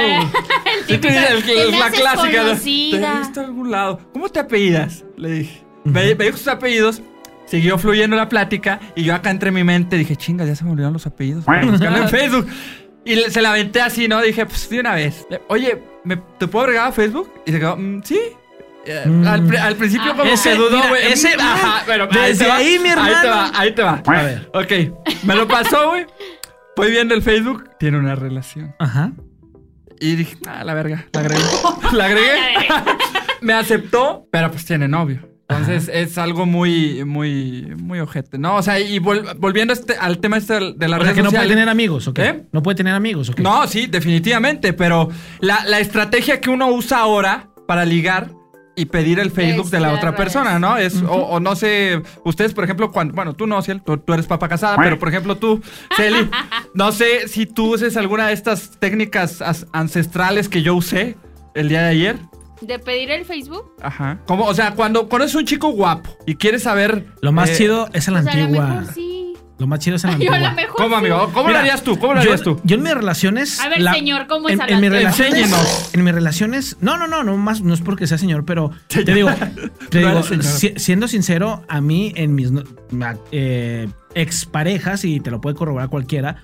[SPEAKER 6] Sí, te- el-
[SPEAKER 7] "Te me
[SPEAKER 6] la
[SPEAKER 7] haces
[SPEAKER 6] clásica. ¿no? Te
[SPEAKER 7] conocida".
[SPEAKER 6] he visto en algún lado. ¿Cómo te apellidas? Le dije. Me, me dijo sus apellidos. Siguió fluyendo la plática y yo acá entre mi mente dije, chinga, ya se me olvidaron los apellidos. para buscarlo en Facebook. Y le- se la aventé así, ¿no? Dije, pues de una vez. Le- Oye, ¿me- ¿te puedo agregar a Facebook? Y se quedó, "Mm, sí. Eh, Al, pri- al principio como
[SPEAKER 5] Ese,
[SPEAKER 6] que dudó,
[SPEAKER 5] mira,
[SPEAKER 6] güey.
[SPEAKER 5] ese-
[SPEAKER 6] Mm, ajá, pero
[SPEAKER 5] desde
[SPEAKER 6] te va,
[SPEAKER 5] ahí, mi
[SPEAKER 6] Ahí te
[SPEAKER 5] hermano.
[SPEAKER 6] va, ahí te va.
[SPEAKER 5] A ver.
[SPEAKER 6] Ok, me lo pasó, güey. Voy viendo el Facebook, tiene una relación.
[SPEAKER 5] Ajá.
[SPEAKER 6] Y dije, ah, la verga, la agregué. La agregué. Me aceptó, pero pues tiene novio. Entonces es algo muy, muy, muy ojete, ¿no? O sea, y vol- volviendo este- al tema este de la
[SPEAKER 5] O sea,
[SPEAKER 6] red
[SPEAKER 5] que no puede
[SPEAKER 6] social.
[SPEAKER 5] tener amigos, ¿ok?
[SPEAKER 6] ¿Eh?
[SPEAKER 5] No puede tener amigos, ¿ok?
[SPEAKER 6] No, sí, definitivamente, pero la, la estrategia que uno usa ahora para ligar y pedir el Facebook
[SPEAKER 7] Es
[SPEAKER 6] de la
[SPEAKER 7] la
[SPEAKER 6] otra
[SPEAKER 7] revés.
[SPEAKER 6] persona, ¿no? Es, o, o no sé, ustedes, por ejemplo, cuando, bueno, tú no, Ciel, tú, tú eres papá casada, pero por ejemplo tú, Celi, no sé si tú uses alguna de estas técnicas as- ancestrales que yo usé el día de ayer.
[SPEAKER 7] De pedir el Facebook.
[SPEAKER 6] Ajá. Como, o sea, cuando conoces a un chico guapo y quieres saber...
[SPEAKER 5] Lo más
[SPEAKER 6] eh,
[SPEAKER 5] chido es a la
[SPEAKER 7] Pues a lo
[SPEAKER 5] antigua.
[SPEAKER 7] mejor sí.
[SPEAKER 5] Lo más chido es a la
[SPEAKER 7] Yo
[SPEAKER 5] antigua.
[SPEAKER 7] a lo mejor.
[SPEAKER 6] ¿Cómo,
[SPEAKER 7] sí.
[SPEAKER 6] amigo? ¿Cómo
[SPEAKER 5] Mira,
[SPEAKER 6] lo harías tú? ¿Cómo lo
[SPEAKER 5] yo-
[SPEAKER 6] harías tú?
[SPEAKER 5] Yo en mis relaciones.
[SPEAKER 7] A ver, señor, ¿cómo es
[SPEAKER 5] en,
[SPEAKER 7] a
[SPEAKER 5] en
[SPEAKER 7] la
[SPEAKER 5] mis relaciones,
[SPEAKER 6] Enséñenos.
[SPEAKER 5] en mis relaciones. No, no, no, no, más, no es porque sea señor, pero te digo, te
[SPEAKER 6] No
[SPEAKER 5] digo,
[SPEAKER 6] eres señor.
[SPEAKER 5] si- siendo sincero, a mí en mis no- ma- eh, exparejas, y te lo puede corroborar cualquiera,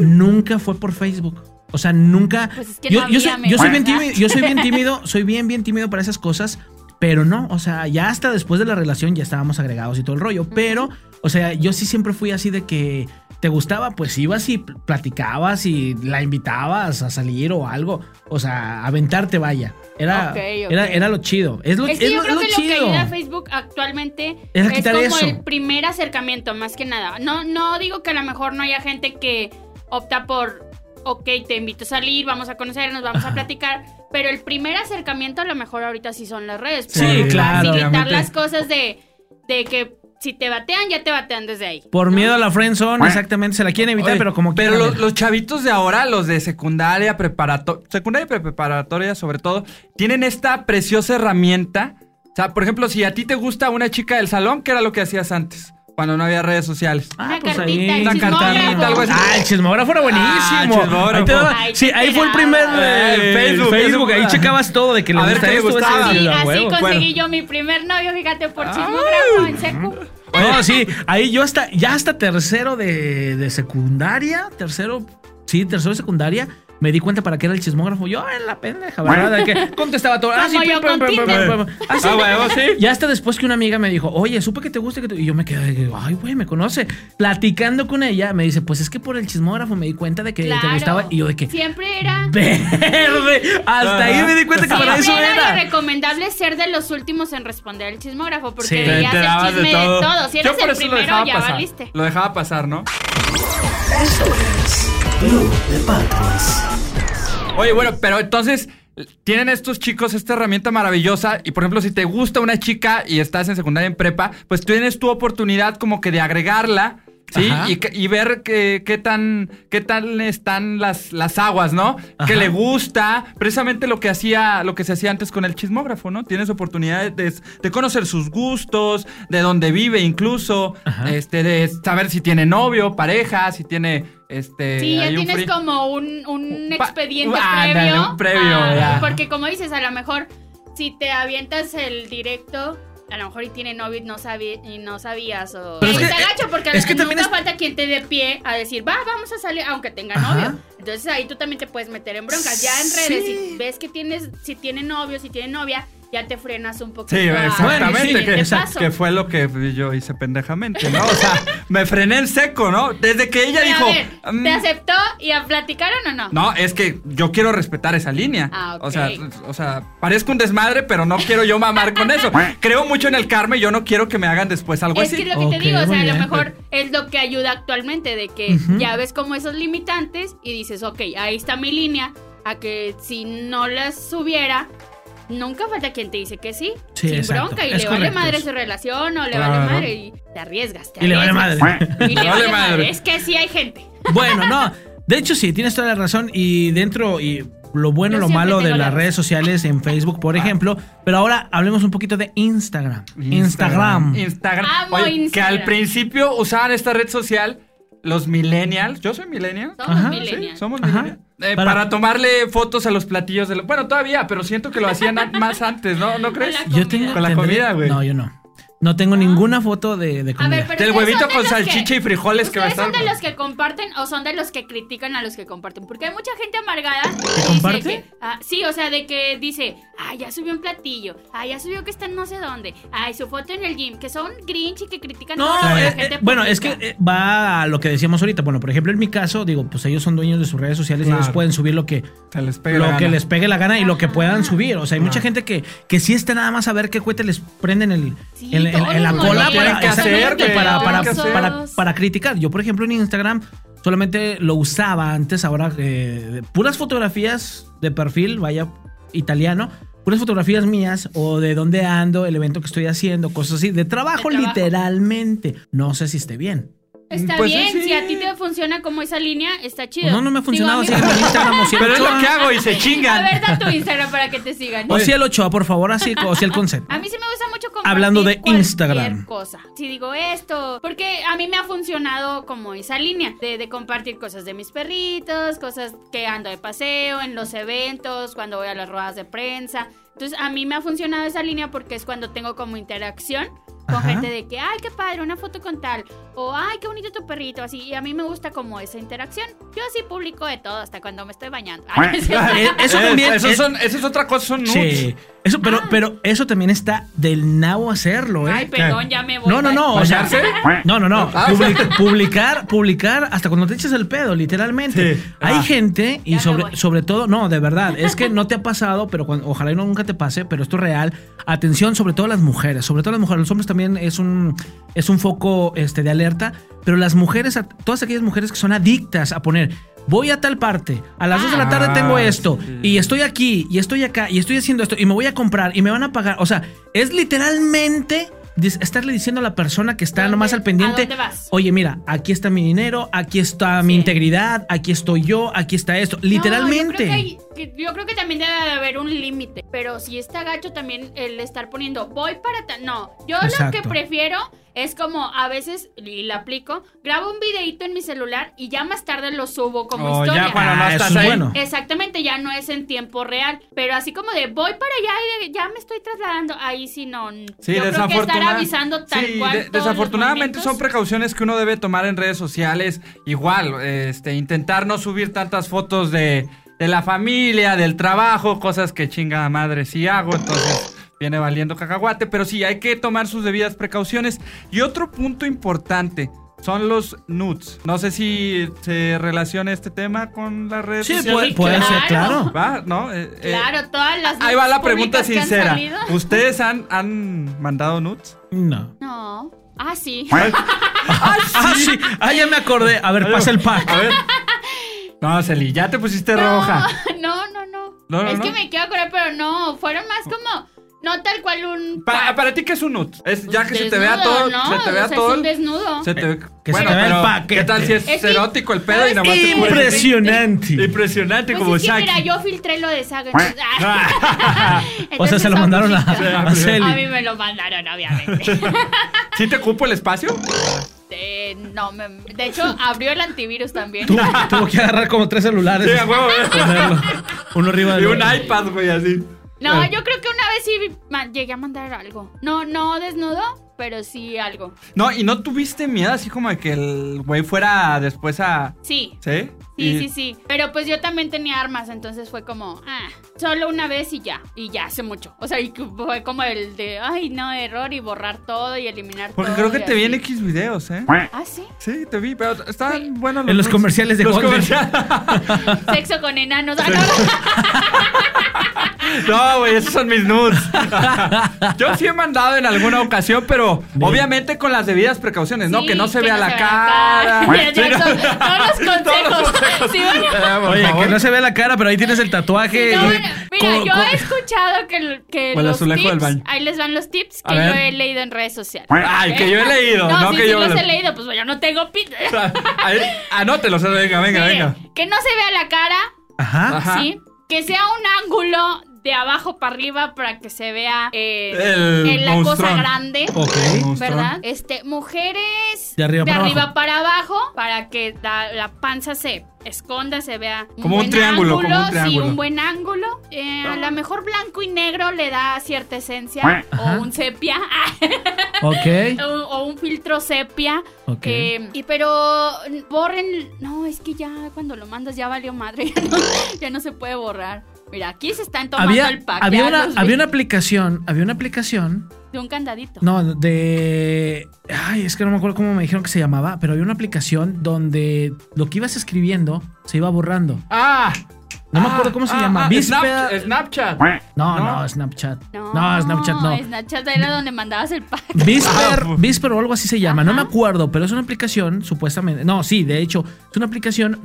[SPEAKER 5] nunca fue por Facebook. O sea, nunca.
[SPEAKER 7] Pues es que
[SPEAKER 5] yo,
[SPEAKER 7] no
[SPEAKER 5] yo
[SPEAKER 7] había,
[SPEAKER 5] soy,
[SPEAKER 7] amigo,
[SPEAKER 5] yo soy bien
[SPEAKER 7] ¿verdad?
[SPEAKER 5] tímido, yo soy bien tímido, soy bien, bien tímido para esas cosas. Pero no, o sea, ya hasta después de la relación ya estábamos agregados y todo el rollo. Pero, o sea, yo sí siempre fui así de que te gustaba, pues ibas y pl- platicabas y la invitabas a salir o algo. O sea, aventarte, vaya. Era,
[SPEAKER 7] Ok, ok.
[SPEAKER 5] era, era lo chido. Es lo,
[SPEAKER 7] Es que
[SPEAKER 5] es
[SPEAKER 7] yo
[SPEAKER 5] lo- es
[SPEAKER 7] creo
[SPEAKER 5] lo
[SPEAKER 7] que lo que
[SPEAKER 5] chido.
[SPEAKER 7] ayuda a Facebook actualmente
[SPEAKER 5] Es
[SPEAKER 7] es,
[SPEAKER 5] a quitar
[SPEAKER 7] como
[SPEAKER 5] eso.
[SPEAKER 7] el primer acercamiento, más que nada. No, no digo que a lo mejor no haya gente que opta por, ok, te invito a salir, vamos a conocernos, vamos
[SPEAKER 5] Ajá.
[SPEAKER 7] a platicar. Pero el primer acercamiento a lo mejor ahorita sí son las redes.
[SPEAKER 5] Sí, claro,
[SPEAKER 7] Facilitar
[SPEAKER 6] obviamente.
[SPEAKER 7] las cosas de, de que si te batean, ya te batean desde ahí.
[SPEAKER 5] Por miedo a la friendzone, exactamente, se la quieren evitar,
[SPEAKER 6] Oye,
[SPEAKER 5] pero como
[SPEAKER 6] pero
[SPEAKER 5] quieran,
[SPEAKER 6] los,
[SPEAKER 5] mira.
[SPEAKER 6] los chavitos de ahora, los de secundaria, preparatoria, secundaria y pre- preparatoria sobre todo, tienen esta preciosa herramienta. O sea, por ejemplo, si a ti te gusta una chica del salón, ¿qué era lo que hacías antes? Cuando no había redes sociales.
[SPEAKER 5] Ah,
[SPEAKER 7] Una
[SPEAKER 5] pues
[SPEAKER 7] cartita,
[SPEAKER 5] ahí.
[SPEAKER 7] el
[SPEAKER 6] Una cartita,
[SPEAKER 7] chismógrafo.
[SPEAKER 6] algo así.
[SPEAKER 5] Ah, el chismógrafo era buenísimo.
[SPEAKER 6] Ah, chismógrafo.
[SPEAKER 5] Ahí te daba-
[SPEAKER 7] Ay,
[SPEAKER 5] sí,
[SPEAKER 7] qué
[SPEAKER 5] ahí fue el primer
[SPEAKER 7] enterado.
[SPEAKER 5] eh,
[SPEAKER 6] Eh,
[SPEAKER 5] Facebook.
[SPEAKER 6] Facebook,
[SPEAKER 5] Facebook,
[SPEAKER 6] eso-
[SPEAKER 5] ahí checabas todo de que le
[SPEAKER 6] A ver
[SPEAKER 5] gusta
[SPEAKER 6] qué le
[SPEAKER 5] esto,
[SPEAKER 6] gustaba.
[SPEAKER 5] ese-
[SPEAKER 7] Sí,
[SPEAKER 5] la
[SPEAKER 7] así
[SPEAKER 5] huevo. Ah.
[SPEAKER 7] conseguí yo mi primer novio, fíjate, por chismógrafo en secu.
[SPEAKER 5] No, sí, ahí yo hasta, ya hasta tercero de, de secundaria, tercero, sí, tercero de secundaria, me di cuenta para qué era el chismógrafo. Yo en la pendeja, ¿verdad? De que contestaba todo. Ah, sí,
[SPEAKER 7] Como yo
[SPEAKER 5] pum, pum,
[SPEAKER 7] con
[SPEAKER 5] pum, pum,
[SPEAKER 7] Tinder.
[SPEAKER 5] pum, pum. Ah, sí.
[SPEAKER 6] Ah, huevo, sí.
[SPEAKER 5] Y hasta después que una amiga me dijo, oye, supe que te gusta. Que te-". Y yo me quedé, de que, ay, güey, me conoce. Platicando con ella, me dice, pues es que por el chismógrafo me di cuenta de que te
[SPEAKER 7] Claro.
[SPEAKER 5] gustaba. Y yo de que,
[SPEAKER 7] Siempre era...
[SPEAKER 5] verde. Hasta
[SPEAKER 6] Ajá.
[SPEAKER 5] ahí me di cuenta que para eso
[SPEAKER 7] Siempre era lo
[SPEAKER 5] era.
[SPEAKER 7] recomendable ser de los últimos en responder al chismógrafo, porque
[SPEAKER 5] Sí. Te
[SPEAKER 7] veías el chisme de todo. Si
[SPEAKER 6] Yo por
[SPEAKER 7] eres el
[SPEAKER 6] eso lo
[SPEAKER 7] primero,
[SPEAKER 6] dejaba
[SPEAKER 7] ya
[SPEAKER 6] pasar.
[SPEAKER 7] valiste.
[SPEAKER 6] Lo dejaba pasar, ¿no?
[SPEAKER 2] Esto es Club de Patos.
[SPEAKER 6] Oye, bueno, pero entonces tienen estos chicos esta herramienta maravillosa y por ejemplo si te gusta una chica y estás en secundaria en prepa, pues tienes tu oportunidad como que de agregarla. Sí,
[SPEAKER 5] Ajá.
[SPEAKER 6] y, que- y ver qué, qué tan qué tal están las, las aguas, ¿no?
[SPEAKER 5] Ajá.
[SPEAKER 6] Que le gusta, precisamente lo que hacía lo que se hacía antes con el chismógrafo, ¿no? Tienes oportunidad de, de conocer sus gustos, de dónde vive incluso,
[SPEAKER 5] Ajá.
[SPEAKER 6] este de saber si tiene novio, pareja, si tiene este
[SPEAKER 7] Sí, ya
[SPEAKER 6] hay un
[SPEAKER 7] tienes
[SPEAKER 6] free- Oh,
[SPEAKER 7] como un, un
[SPEAKER 6] pa-
[SPEAKER 7] expediente
[SPEAKER 6] ándale,
[SPEAKER 7] previo.
[SPEAKER 6] un previo,
[SPEAKER 7] Ah,
[SPEAKER 6] ya.
[SPEAKER 7] Porque como dices, a lo mejor si te avientas el directo, a lo mejor y tiene novio y no, sabi- y no sabías o...
[SPEAKER 5] Pero es
[SPEAKER 7] Y
[SPEAKER 5] que-
[SPEAKER 7] te
[SPEAKER 6] eh,
[SPEAKER 7] agacho porque a
[SPEAKER 5] es que
[SPEAKER 7] veces
[SPEAKER 5] también
[SPEAKER 7] nunca
[SPEAKER 5] es-
[SPEAKER 7] falta quien te dé pie a decir, va, vamos a salir, aunque tenga
[SPEAKER 5] Ajá.
[SPEAKER 7] novio. Entonces ahí tú también te puedes meter en broncas. Ya en redes,
[SPEAKER 5] Sí.
[SPEAKER 7] si ves que tienes, si tiene novio, si tiene novia, ya te frenas un poquito.
[SPEAKER 6] Sí,
[SPEAKER 7] a-
[SPEAKER 6] exactamente.
[SPEAKER 7] al siguiente
[SPEAKER 6] que,
[SPEAKER 7] paso.
[SPEAKER 6] que fue lo que yo hice pendejamente, ¿no? O sea, me frené en seco, ¿no? Desde que ella
[SPEAKER 7] Pero
[SPEAKER 6] dijo.
[SPEAKER 7] a ver,
[SPEAKER 6] "Mm,
[SPEAKER 7] ¿te aceptó y a- platicaron o no?
[SPEAKER 6] No, es que yo quiero respetar esa línea.
[SPEAKER 7] Ah, ok.
[SPEAKER 6] O sea, o sea, parezco un desmadre, pero no quiero yo mamar con eso. Creo mucho en el karma y yo no quiero que me hagan después algo
[SPEAKER 7] Es
[SPEAKER 6] así.
[SPEAKER 7] que es lo que
[SPEAKER 5] Ok,
[SPEAKER 7] te digo, o
[SPEAKER 5] muy
[SPEAKER 7] sea, a lo
[SPEAKER 5] bien.
[SPEAKER 7] mejor es lo que ayuda actualmente, de que ya ves como esos limitantes y dices, ok, ahí está mi línea, a que si no las subiera, nunca falta quien te dice que sí,
[SPEAKER 5] Sí,
[SPEAKER 7] sin
[SPEAKER 5] exacto.
[SPEAKER 7] bronca, y
[SPEAKER 5] Es
[SPEAKER 7] le
[SPEAKER 5] correcto
[SPEAKER 7] vale madre
[SPEAKER 5] eso.
[SPEAKER 7] su relación, o le
[SPEAKER 6] Claro.
[SPEAKER 7] vale madre, y te arriesgas, te
[SPEAKER 5] Y le vale
[SPEAKER 7] arriesgas.
[SPEAKER 5] madre.
[SPEAKER 7] Y le vale madre.
[SPEAKER 6] madre.
[SPEAKER 7] Es que sí hay gente.
[SPEAKER 5] Bueno, no. De hecho, sí, tienes toda la razón. Y dentro, y lo bueno,
[SPEAKER 7] Yo
[SPEAKER 5] lo
[SPEAKER 7] siempre
[SPEAKER 5] malo de
[SPEAKER 7] tengo la
[SPEAKER 5] las
[SPEAKER 7] razón.
[SPEAKER 5] redes sociales, en Facebook,
[SPEAKER 6] Ah.
[SPEAKER 5] por ejemplo. Pero ahora hablemos un poquito de Instagram. Instagram.
[SPEAKER 6] Instagram.
[SPEAKER 7] Amo
[SPEAKER 6] Oye, Que
[SPEAKER 7] Instagram.
[SPEAKER 6] al principio usaban esta red social los millennials. Yo soy millennial.
[SPEAKER 7] Somos
[SPEAKER 5] Ajá,
[SPEAKER 7] millennials.
[SPEAKER 6] Sí, somos
[SPEAKER 5] Ajá.
[SPEAKER 6] millennials. Eh,
[SPEAKER 5] Para-
[SPEAKER 6] para... tomarle fotos a los platillos de la- Bueno, todavía, pero siento que lo hacían a- más antes, ¿no? ¿No crees?
[SPEAKER 7] Hola,
[SPEAKER 5] Yo tengo.
[SPEAKER 6] Con la
[SPEAKER 5] tendré-
[SPEAKER 6] comida, güey.
[SPEAKER 5] No, yo no. No tengo ninguna foto de, de
[SPEAKER 7] Ah. A
[SPEAKER 5] comida.
[SPEAKER 7] ver, pero
[SPEAKER 6] Del
[SPEAKER 7] ustedes
[SPEAKER 6] huevito
[SPEAKER 7] son de
[SPEAKER 6] con
[SPEAKER 7] los que-
[SPEAKER 6] salchicha y frijoles que me
[SPEAKER 7] ¿Ustedes son
[SPEAKER 6] están.
[SPEAKER 7] de los que comparten o son de los que critican a los que comparten? Porque hay mucha gente amargada. que dice
[SPEAKER 5] comparte?
[SPEAKER 7] que- ah, sí, o sea, de que dice, ah, ya subió un platillo, ah, ya subió que está en no sé dónde, ay, su foto en el gym, que son grinch y que critican
[SPEAKER 5] No,
[SPEAKER 7] todo lo que
[SPEAKER 5] eh,
[SPEAKER 7] la
[SPEAKER 5] eh,
[SPEAKER 7] gente
[SPEAKER 5] bueno,
[SPEAKER 7] publica.
[SPEAKER 5] es que eh, va a lo que decíamos ahorita. Bueno, por ejemplo, en mi caso, digo, pues ellos son dueños de sus redes sociales y
[SPEAKER 6] Claro.
[SPEAKER 5] ellos pueden subir lo que,
[SPEAKER 6] Se les pega
[SPEAKER 5] lo
[SPEAKER 6] la gana.
[SPEAKER 5] que les pegue la gana y lo que puedan subir. O sea, hay mucha
[SPEAKER 6] Claro.
[SPEAKER 5] gente que, que sí está nada más a ver qué cohete les prenden el,
[SPEAKER 7] Sí,
[SPEAKER 5] en, en-
[SPEAKER 7] todos
[SPEAKER 5] en la
[SPEAKER 7] los
[SPEAKER 5] cola
[SPEAKER 7] modelos
[SPEAKER 5] para,
[SPEAKER 6] tienen que
[SPEAKER 5] exacto,
[SPEAKER 6] hacer,
[SPEAKER 5] para-
[SPEAKER 6] güey,
[SPEAKER 5] para, para,
[SPEAKER 6] tienen que hacer.
[SPEAKER 5] para- para criticar. Yo, por ejemplo, en Instagram solamente lo usaba antes, ahora eh, de puras fotografías de perfil, vaya italiano. Puras fotografías mías o de dónde ando, el evento que estoy haciendo, cosas así, de trabajo,
[SPEAKER 7] De trabajo.
[SPEAKER 5] literalmente. No sé si esté bien.
[SPEAKER 7] Está
[SPEAKER 6] Pues
[SPEAKER 7] bien,
[SPEAKER 6] sí.
[SPEAKER 7] si a ti te funciona como esa línea, está chido.
[SPEAKER 5] eh, Pues no, no me ha
[SPEAKER 7] Digo,
[SPEAKER 5] funcionado,
[SPEAKER 7] a mí-
[SPEAKER 5] así que en Instagram o
[SPEAKER 6] Pero es lo que hago y se
[SPEAKER 7] A
[SPEAKER 6] chingan.
[SPEAKER 7] ver, da tu Instagram para que te sigan.
[SPEAKER 5] O si el Ochoa, por favor, así, o si el concepto.
[SPEAKER 7] A mí sí me gusta mucho compartir
[SPEAKER 5] Hablando de
[SPEAKER 7] cualquier
[SPEAKER 5] Instagram.
[SPEAKER 7] cosa. Si digo esto, porque a mí me ha funcionado como esa línea de, de compartir cosas de mis perritos, cosas que ando de paseo, en los eventos, cuando voy a las ruedas de prensa. Entonces a mí me ha funcionado esa línea porque es cuando tengo como interacción con
[SPEAKER 5] Ajá.
[SPEAKER 7] gente de que, ay, qué padre, una foto con tal, o ay, qué bonito tu perrito, así. Y a mí me gusta como esa interacción. Yo sí publico de todo, hasta cuando me estoy bañando. Ay, sí.
[SPEAKER 5] Eh, Eso
[SPEAKER 6] Eh,
[SPEAKER 5] también.
[SPEAKER 6] Eso,
[SPEAKER 5] eh,
[SPEAKER 6] son- eso es otra cosa, son nudes.
[SPEAKER 5] Sí. Eso, pero, pero eso también está del nabo hacerlo, ¿eh?
[SPEAKER 7] Ay, perdón, ya me voy.
[SPEAKER 5] no, no, no. O sea,
[SPEAKER 6] ¿Bañarse?
[SPEAKER 5] no, no, no.
[SPEAKER 6] Ah.
[SPEAKER 5] Public- publicar, publicar hasta cuando te eches el pedo, literalmente.
[SPEAKER 6] Sí.
[SPEAKER 5] Hay
[SPEAKER 6] Ah.
[SPEAKER 5] gente, y
[SPEAKER 7] Ya me
[SPEAKER 5] sobre,
[SPEAKER 7] voy.
[SPEAKER 5] sobre todo, no, de verdad, es que no te ha pasado, pero cuando- ojalá y no nunca te pase, pero esto es real. Atención, sobre todo las mujeres, sobre todo las mujeres, los hombres también es un, es un foco este, de alerta, pero las mujeres, a- todas aquellas mujeres que son adictas a poner. Voy a tal parte, a las 2 de la tarde
[SPEAKER 6] Ah,
[SPEAKER 5] tengo esto,
[SPEAKER 6] sí.
[SPEAKER 5] y estoy aquí, y estoy acá, y estoy haciendo esto, y me voy a comprar, y me van a pagar. O sea, es literalmente dis- estarle diciendo a la persona que está
[SPEAKER 7] ¿Dónde-
[SPEAKER 5] nomás al pendiente,
[SPEAKER 7] a dónde vas?
[SPEAKER 5] oye, mira, aquí está mi dinero, aquí está mi
[SPEAKER 7] Sí.
[SPEAKER 5] integridad, aquí estoy yo, aquí está esto.
[SPEAKER 7] No, yo, creo
[SPEAKER 5] Literalmente.
[SPEAKER 7] que hay- que- yo creo que también debe de haber un límite. Pero si está gacho también el estar poniendo voy para tal. No, yo lo
[SPEAKER 5] Exacto.
[SPEAKER 7] que prefiero es como a veces, y la aplico, grabo un videito en mi celular y ya más tarde lo subo como
[SPEAKER 6] Oh,
[SPEAKER 7] historia.
[SPEAKER 6] ya cuando no
[SPEAKER 5] Ah, eso
[SPEAKER 6] estás
[SPEAKER 5] es
[SPEAKER 6] ahí.
[SPEAKER 5] bueno.
[SPEAKER 7] Exactamente, ya no es en tiempo real. Pero así como de voy para allá y de- ya me estoy trasladando, ahí sí no.
[SPEAKER 6] Sí,
[SPEAKER 7] yo creo que estar
[SPEAKER 6] desafortuna-
[SPEAKER 7] avisando tal
[SPEAKER 6] sí,
[SPEAKER 7] cual.
[SPEAKER 6] de-
[SPEAKER 7] todos los
[SPEAKER 6] desafortunadamente son
[SPEAKER 7] momentos.
[SPEAKER 6] precauciones que uno debe tomar en redes sociales. Igual, este, intentar no subir tantas fotos de, de la familia, del trabajo, cosas que chinga madre si hago, entonces viene valiendo cacahuate. Pero sí, hay que tomar sus debidas precauciones. Y otro punto importante. Son los nudes. No sé si se relaciona este tema con las redes
[SPEAKER 5] Sí, pues,
[SPEAKER 6] sociales.
[SPEAKER 5] puede, puede ser, claro.
[SPEAKER 6] ¿Va? ¿No? Eh, eh,
[SPEAKER 7] Claro, todas las.
[SPEAKER 6] Ahí va la pregunta
[SPEAKER 7] públicas que han
[SPEAKER 6] sincera.
[SPEAKER 7] salido.
[SPEAKER 6] ¿Ustedes han, han mandado nudes?
[SPEAKER 5] No.
[SPEAKER 7] No. Ah, sí.
[SPEAKER 5] Ah, sí. Ah, ya me acordé. A ver, pasa el pack.
[SPEAKER 6] A ver. No, Celi, ya te pusiste roja.
[SPEAKER 7] No, no, no.
[SPEAKER 6] No, no,
[SPEAKER 7] es que
[SPEAKER 6] no.
[SPEAKER 7] me quiero acordar, pero no. Fueron más como. No tal cual un.
[SPEAKER 6] Pa- para ti, ¿qué es un nude? Es ya que se te vea
[SPEAKER 7] desnudo,
[SPEAKER 6] todo.
[SPEAKER 7] ¿no?
[SPEAKER 6] Se te
[SPEAKER 7] O
[SPEAKER 6] vea
[SPEAKER 7] sea,
[SPEAKER 6] todo.
[SPEAKER 7] Es un desnudo.
[SPEAKER 6] se te ve-
[SPEAKER 5] Que se te vea el
[SPEAKER 6] pero,
[SPEAKER 5] paquete.
[SPEAKER 6] ¿Qué tal si es,
[SPEAKER 7] Es que-
[SPEAKER 6] erótico el pedo y nada más te cubres?
[SPEAKER 5] Impresionante.
[SPEAKER 6] Impresionante,
[SPEAKER 7] Pues
[SPEAKER 6] como
[SPEAKER 7] es que,
[SPEAKER 6] Shaki.
[SPEAKER 7] mira, yo filtré lo de Saga. entonces-
[SPEAKER 5] Ah.
[SPEAKER 7] ah.
[SPEAKER 5] O sea,
[SPEAKER 7] Entonces
[SPEAKER 5] se lo
[SPEAKER 7] son
[SPEAKER 5] mandaron a,
[SPEAKER 7] poquitos.
[SPEAKER 5] a Celi.
[SPEAKER 7] A mí me lo mandaron, obviamente.
[SPEAKER 6] ¿Sí te cupo el espacio?
[SPEAKER 7] Eh, no, me- de hecho, abrió el antivirus también.
[SPEAKER 5] Tuvo, tuvo que agarrar como tres celulares.
[SPEAKER 6] Sí, a huevo, eh.
[SPEAKER 5] Ponerlo. Uno arriba
[SPEAKER 6] Y
[SPEAKER 5] del
[SPEAKER 6] un
[SPEAKER 5] otro.
[SPEAKER 6] iPad, güey, así.
[SPEAKER 7] No, yo creo que una vez sí ma- llegué a mandar algo. No, no, desnudo. pero sí algo.
[SPEAKER 6] No, y no tuviste miedo así como de que el güey fuera después a.
[SPEAKER 7] Sí.
[SPEAKER 6] ¿Sí?
[SPEAKER 7] Sí,
[SPEAKER 6] Y-
[SPEAKER 7] sí, sí. Pero pues yo también tenía armas, entonces fue como, ah, solo una vez y ya. Y ya hace mucho. O sea, y que fue como el de, ay, no, error y borrar todo y eliminar
[SPEAKER 6] Porque
[SPEAKER 7] todo.
[SPEAKER 6] creo que
[SPEAKER 7] y
[SPEAKER 6] te vi en
[SPEAKER 7] así.
[SPEAKER 6] X videos, ¿eh?
[SPEAKER 7] Ah, sí.
[SPEAKER 6] Sí, te vi, pero estaban buenos
[SPEAKER 5] En los comerciales de
[SPEAKER 6] Los
[SPEAKER 5] Golden.
[SPEAKER 6] comerciales.
[SPEAKER 7] Sexo con enanos. Ah, no.
[SPEAKER 6] No, güey, esos son mis nudes. Yo sí he mandado en alguna ocasión, pero obviamente con las debidas precauciones, ¿no?
[SPEAKER 7] Sí,
[SPEAKER 6] Que no se vea la cara.
[SPEAKER 7] cara. Ya, ya, son- todos los
[SPEAKER 6] Todos los Eh,
[SPEAKER 7] consejos. Sí, bueno.
[SPEAKER 5] Oye, que no se vea la cara, pero ahí tienes el tatuaje.
[SPEAKER 7] No,
[SPEAKER 5] Yo-
[SPEAKER 7] bueno, mira,
[SPEAKER 5] co-
[SPEAKER 7] yo
[SPEAKER 5] co-
[SPEAKER 7] he escuchado que, que
[SPEAKER 6] O el
[SPEAKER 7] los
[SPEAKER 6] azulejo
[SPEAKER 7] tips,
[SPEAKER 6] del baño.
[SPEAKER 7] ahí les van los tips
[SPEAKER 6] A
[SPEAKER 7] que yo
[SPEAKER 6] ver.
[SPEAKER 7] he leído en redes sociales. ¿Eh?
[SPEAKER 6] Ay, que yo he leído,
[SPEAKER 7] No,
[SPEAKER 6] no
[SPEAKER 7] sí,
[SPEAKER 6] que
[SPEAKER 7] sí
[SPEAKER 6] yo-
[SPEAKER 7] los he leído, pues yo no tengo pita.
[SPEAKER 6] A ver, Anótelos, venga, venga, venga.
[SPEAKER 7] Que no se vea la cara,
[SPEAKER 5] Ajá.
[SPEAKER 6] Ajá.
[SPEAKER 7] ¿sí? Que sea un ángulo de abajo para arriba para que se vea eh,
[SPEAKER 6] El
[SPEAKER 7] en la cosa
[SPEAKER 6] monstruón.
[SPEAKER 7] grande.
[SPEAKER 5] Ok.
[SPEAKER 7] ¿Verdad? Este, mujeres
[SPEAKER 5] De arriba para abajo.
[SPEAKER 7] para abajo para que la, la panza se esconda, se vea
[SPEAKER 6] Como un triángulo, como un
[SPEAKER 7] ángulo,
[SPEAKER 6] triángulo.
[SPEAKER 7] Sí, un buen ángulo. Eh, a lo mejor blanco y negro le da cierta esencia o un sepia.
[SPEAKER 5] Ok.
[SPEAKER 7] o, o un filtro sepia.
[SPEAKER 5] Ok.
[SPEAKER 7] Eh, y pero n- borren. No, es que ya cuando lo mandas ya valió madre. Ya no, ya no se puede borrar. Mira, aquí se están tomando
[SPEAKER 5] Había,
[SPEAKER 7] el pack.
[SPEAKER 5] había,
[SPEAKER 7] ya
[SPEAKER 5] una,
[SPEAKER 7] los vi.
[SPEAKER 5] había una aplicación, había una aplicación,
[SPEAKER 7] De un candadito.
[SPEAKER 5] no, de... Ay, es que no me acuerdo cómo me dijeron que se llamaba, pero había una aplicación donde lo que ibas escribiendo se iba borrando.
[SPEAKER 6] Ah,
[SPEAKER 5] No me acuerdo cómo se
[SPEAKER 6] ah,
[SPEAKER 5] llama.
[SPEAKER 6] ah,
[SPEAKER 5] Víspera-
[SPEAKER 6] Snapchat, Snapchat.
[SPEAKER 5] No, no,
[SPEAKER 6] ¿no?
[SPEAKER 5] Snapchat. No, Snapchat no.
[SPEAKER 7] Snapchat era donde mandabas el pack.
[SPEAKER 5] Visper,
[SPEAKER 6] Ah, fu-
[SPEAKER 5] Visper o algo así se llama, no me
[SPEAKER 7] Ajá.
[SPEAKER 5] acuerdo, pero es una aplicación, supuestamente. No, sí, de hecho, es una aplicación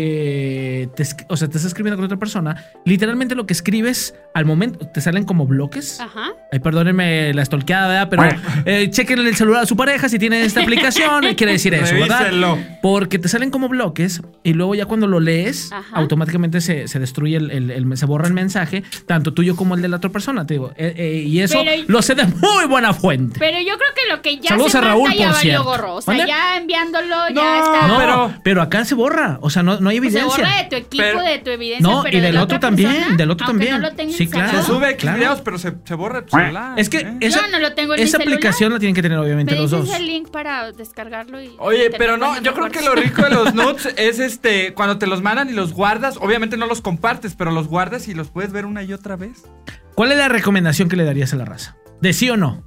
[SPEAKER 5] donde te, es- o sea, te estás escribiendo con otra persona. Literalmente lo que escribes al momento te salen como bloques.
[SPEAKER 7] Ajá.
[SPEAKER 5] Ay, perdónenme la estolqueada, ¿verdad? pero eh, chequen el celular a su pareja si tiene esta aplicación. Quiere decir eso,
[SPEAKER 6] Revísenlo.
[SPEAKER 5] ¿verdad? Porque te salen como bloques y luego ya cuando lo lees,
[SPEAKER 7] Ajá.
[SPEAKER 5] automáticamente se, se destruye, el, el- el- se borra el mensaje, tanto tuyo como el de la otra persona. Te digo, Eh, eh, y eso
[SPEAKER 7] Pero-
[SPEAKER 5] lo sé de muy buena fuente.
[SPEAKER 7] Pero yo creo que lo que ya
[SPEAKER 5] Saludos
[SPEAKER 7] se
[SPEAKER 5] a Raúl,
[SPEAKER 7] manda ya
[SPEAKER 5] por
[SPEAKER 7] valió
[SPEAKER 5] cierto.
[SPEAKER 7] gorro. O sea,
[SPEAKER 5] ¿Mande?
[SPEAKER 7] ya enviándolo ya
[SPEAKER 6] No,
[SPEAKER 7] está.
[SPEAKER 5] No,
[SPEAKER 6] pero-
[SPEAKER 5] pero, pero acá se borra. O sea, no, no hay
[SPEAKER 7] se
[SPEAKER 5] evidencia.
[SPEAKER 7] borra de tu equipo,
[SPEAKER 6] Pero-
[SPEAKER 7] de tu evidencia.
[SPEAKER 5] No,
[SPEAKER 7] pero
[SPEAKER 5] y
[SPEAKER 7] de
[SPEAKER 5] del
[SPEAKER 7] la
[SPEAKER 5] otro
[SPEAKER 7] otra
[SPEAKER 5] también,
[SPEAKER 7] persona,
[SPEAKER 5] del otro
[SPEAKER 7] aunque
[SPEAKER 5] también.
[SPEAKER 7] No lo tengas
[SPEAKER 5] Sí, claro.
[SPEAKER 6] Se
[SPEAKER 7] instalado.
[SPEAKER 6] sube X
[SPEAKER 5] Ah, Claro.
[SPEAKER 6] videos, pero se, se borra tu celular.
[SPEAKER 5] Es que
[SPEAKER 6] ¿eh?
[SPEAKER 5] esa,
[SPEAKER 7] Yo no lo tengo en mi
[SPEAKER 5] esa
[SPEAKER 7] celular.
[SPEAKER 5] aplicación la tienen que tener
[SPEAKER 7] Me
[SPEAKER 5] obviamente los
[SPEAKER 7] dices
[SPEAKER 5] dos.
[SPEAKER 7] el link para descargarlo y.
[SPEAKER 6] Oye,
[SPEAKER 7] y te
[SPEAKER 6] pero
[SPEAKER 7] lo
[SPEAKER 6] no,
[SPEAKER 7] mando
[SPEAKER 6] yo creo
[SPEAKER 7] mejor.
[SPEAKER 6] que lo rico de los nudes es este, cuando te los mandan y los guardas, obviamente no los compartes, pero los guardas y los puedes ver una y otra vez.
[SPEAKER 5] ¿Cuál es la recomendación que le darías a la raza? ¿De sí o no?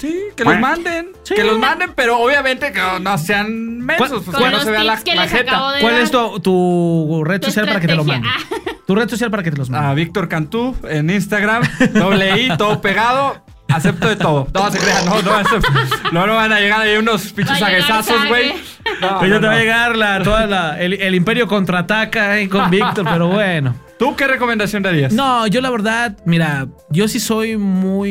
[SPEAKER 6] Sí, que los manden,
[SPEAKER 5] Sí.
[SPEAKER 6] que los manden, pero obviamente que no sean mensos, pues
[SPEAKER 7] Con
[SPEAKER 6] que no
[SPEAKER 7] los
[SPEAKER 6] se vea la,
[SPEAKER 7] tips que
[SPEAKER 6] la
[SPEAKER 7] les acabo
[SPEAKER 6] jeta.
[SPEAKER 7] de
[SPEAKER 5] ¿Cuál
[SPEAKER 7] dar.
[SPEAKER 5] es tu, tu red
[SPEAKER 7] Tu
[SPEAKER 5] social para que te lo manden?
[SPEAKER 7] estrategia.
[SPEAKER 5] Tu red social para que te los
[SPEAKER 6] A
[SPEAKER 5] manden.
[SPEAKER 6] Víctor Cantú en Instagram, doble I, todo pegado. Acepto de todo. No se crean, no, no, eso- no, no van a llegar ahí unos pinches
[SPEAKER 7] Va a llegar
[SPEAKER 6] aguesazos, güey.
[SPEAKER 7] Sague.
[SPEAKER 6] No,
[SPEAKER 5] Pues ya
[SPEAKER 6] no,
[SPEAKER 5] te va a
[SPEAKER 6] no.
[SPEAKER 5] llegar la, toda la- el, el imperio contraataca ahí con Víctor, pero bueno.
[SPEAKER 6] ¿Tú qué recomendación darías?
[SPEAKER 5] No, yo la verdad, mira, yo sí soy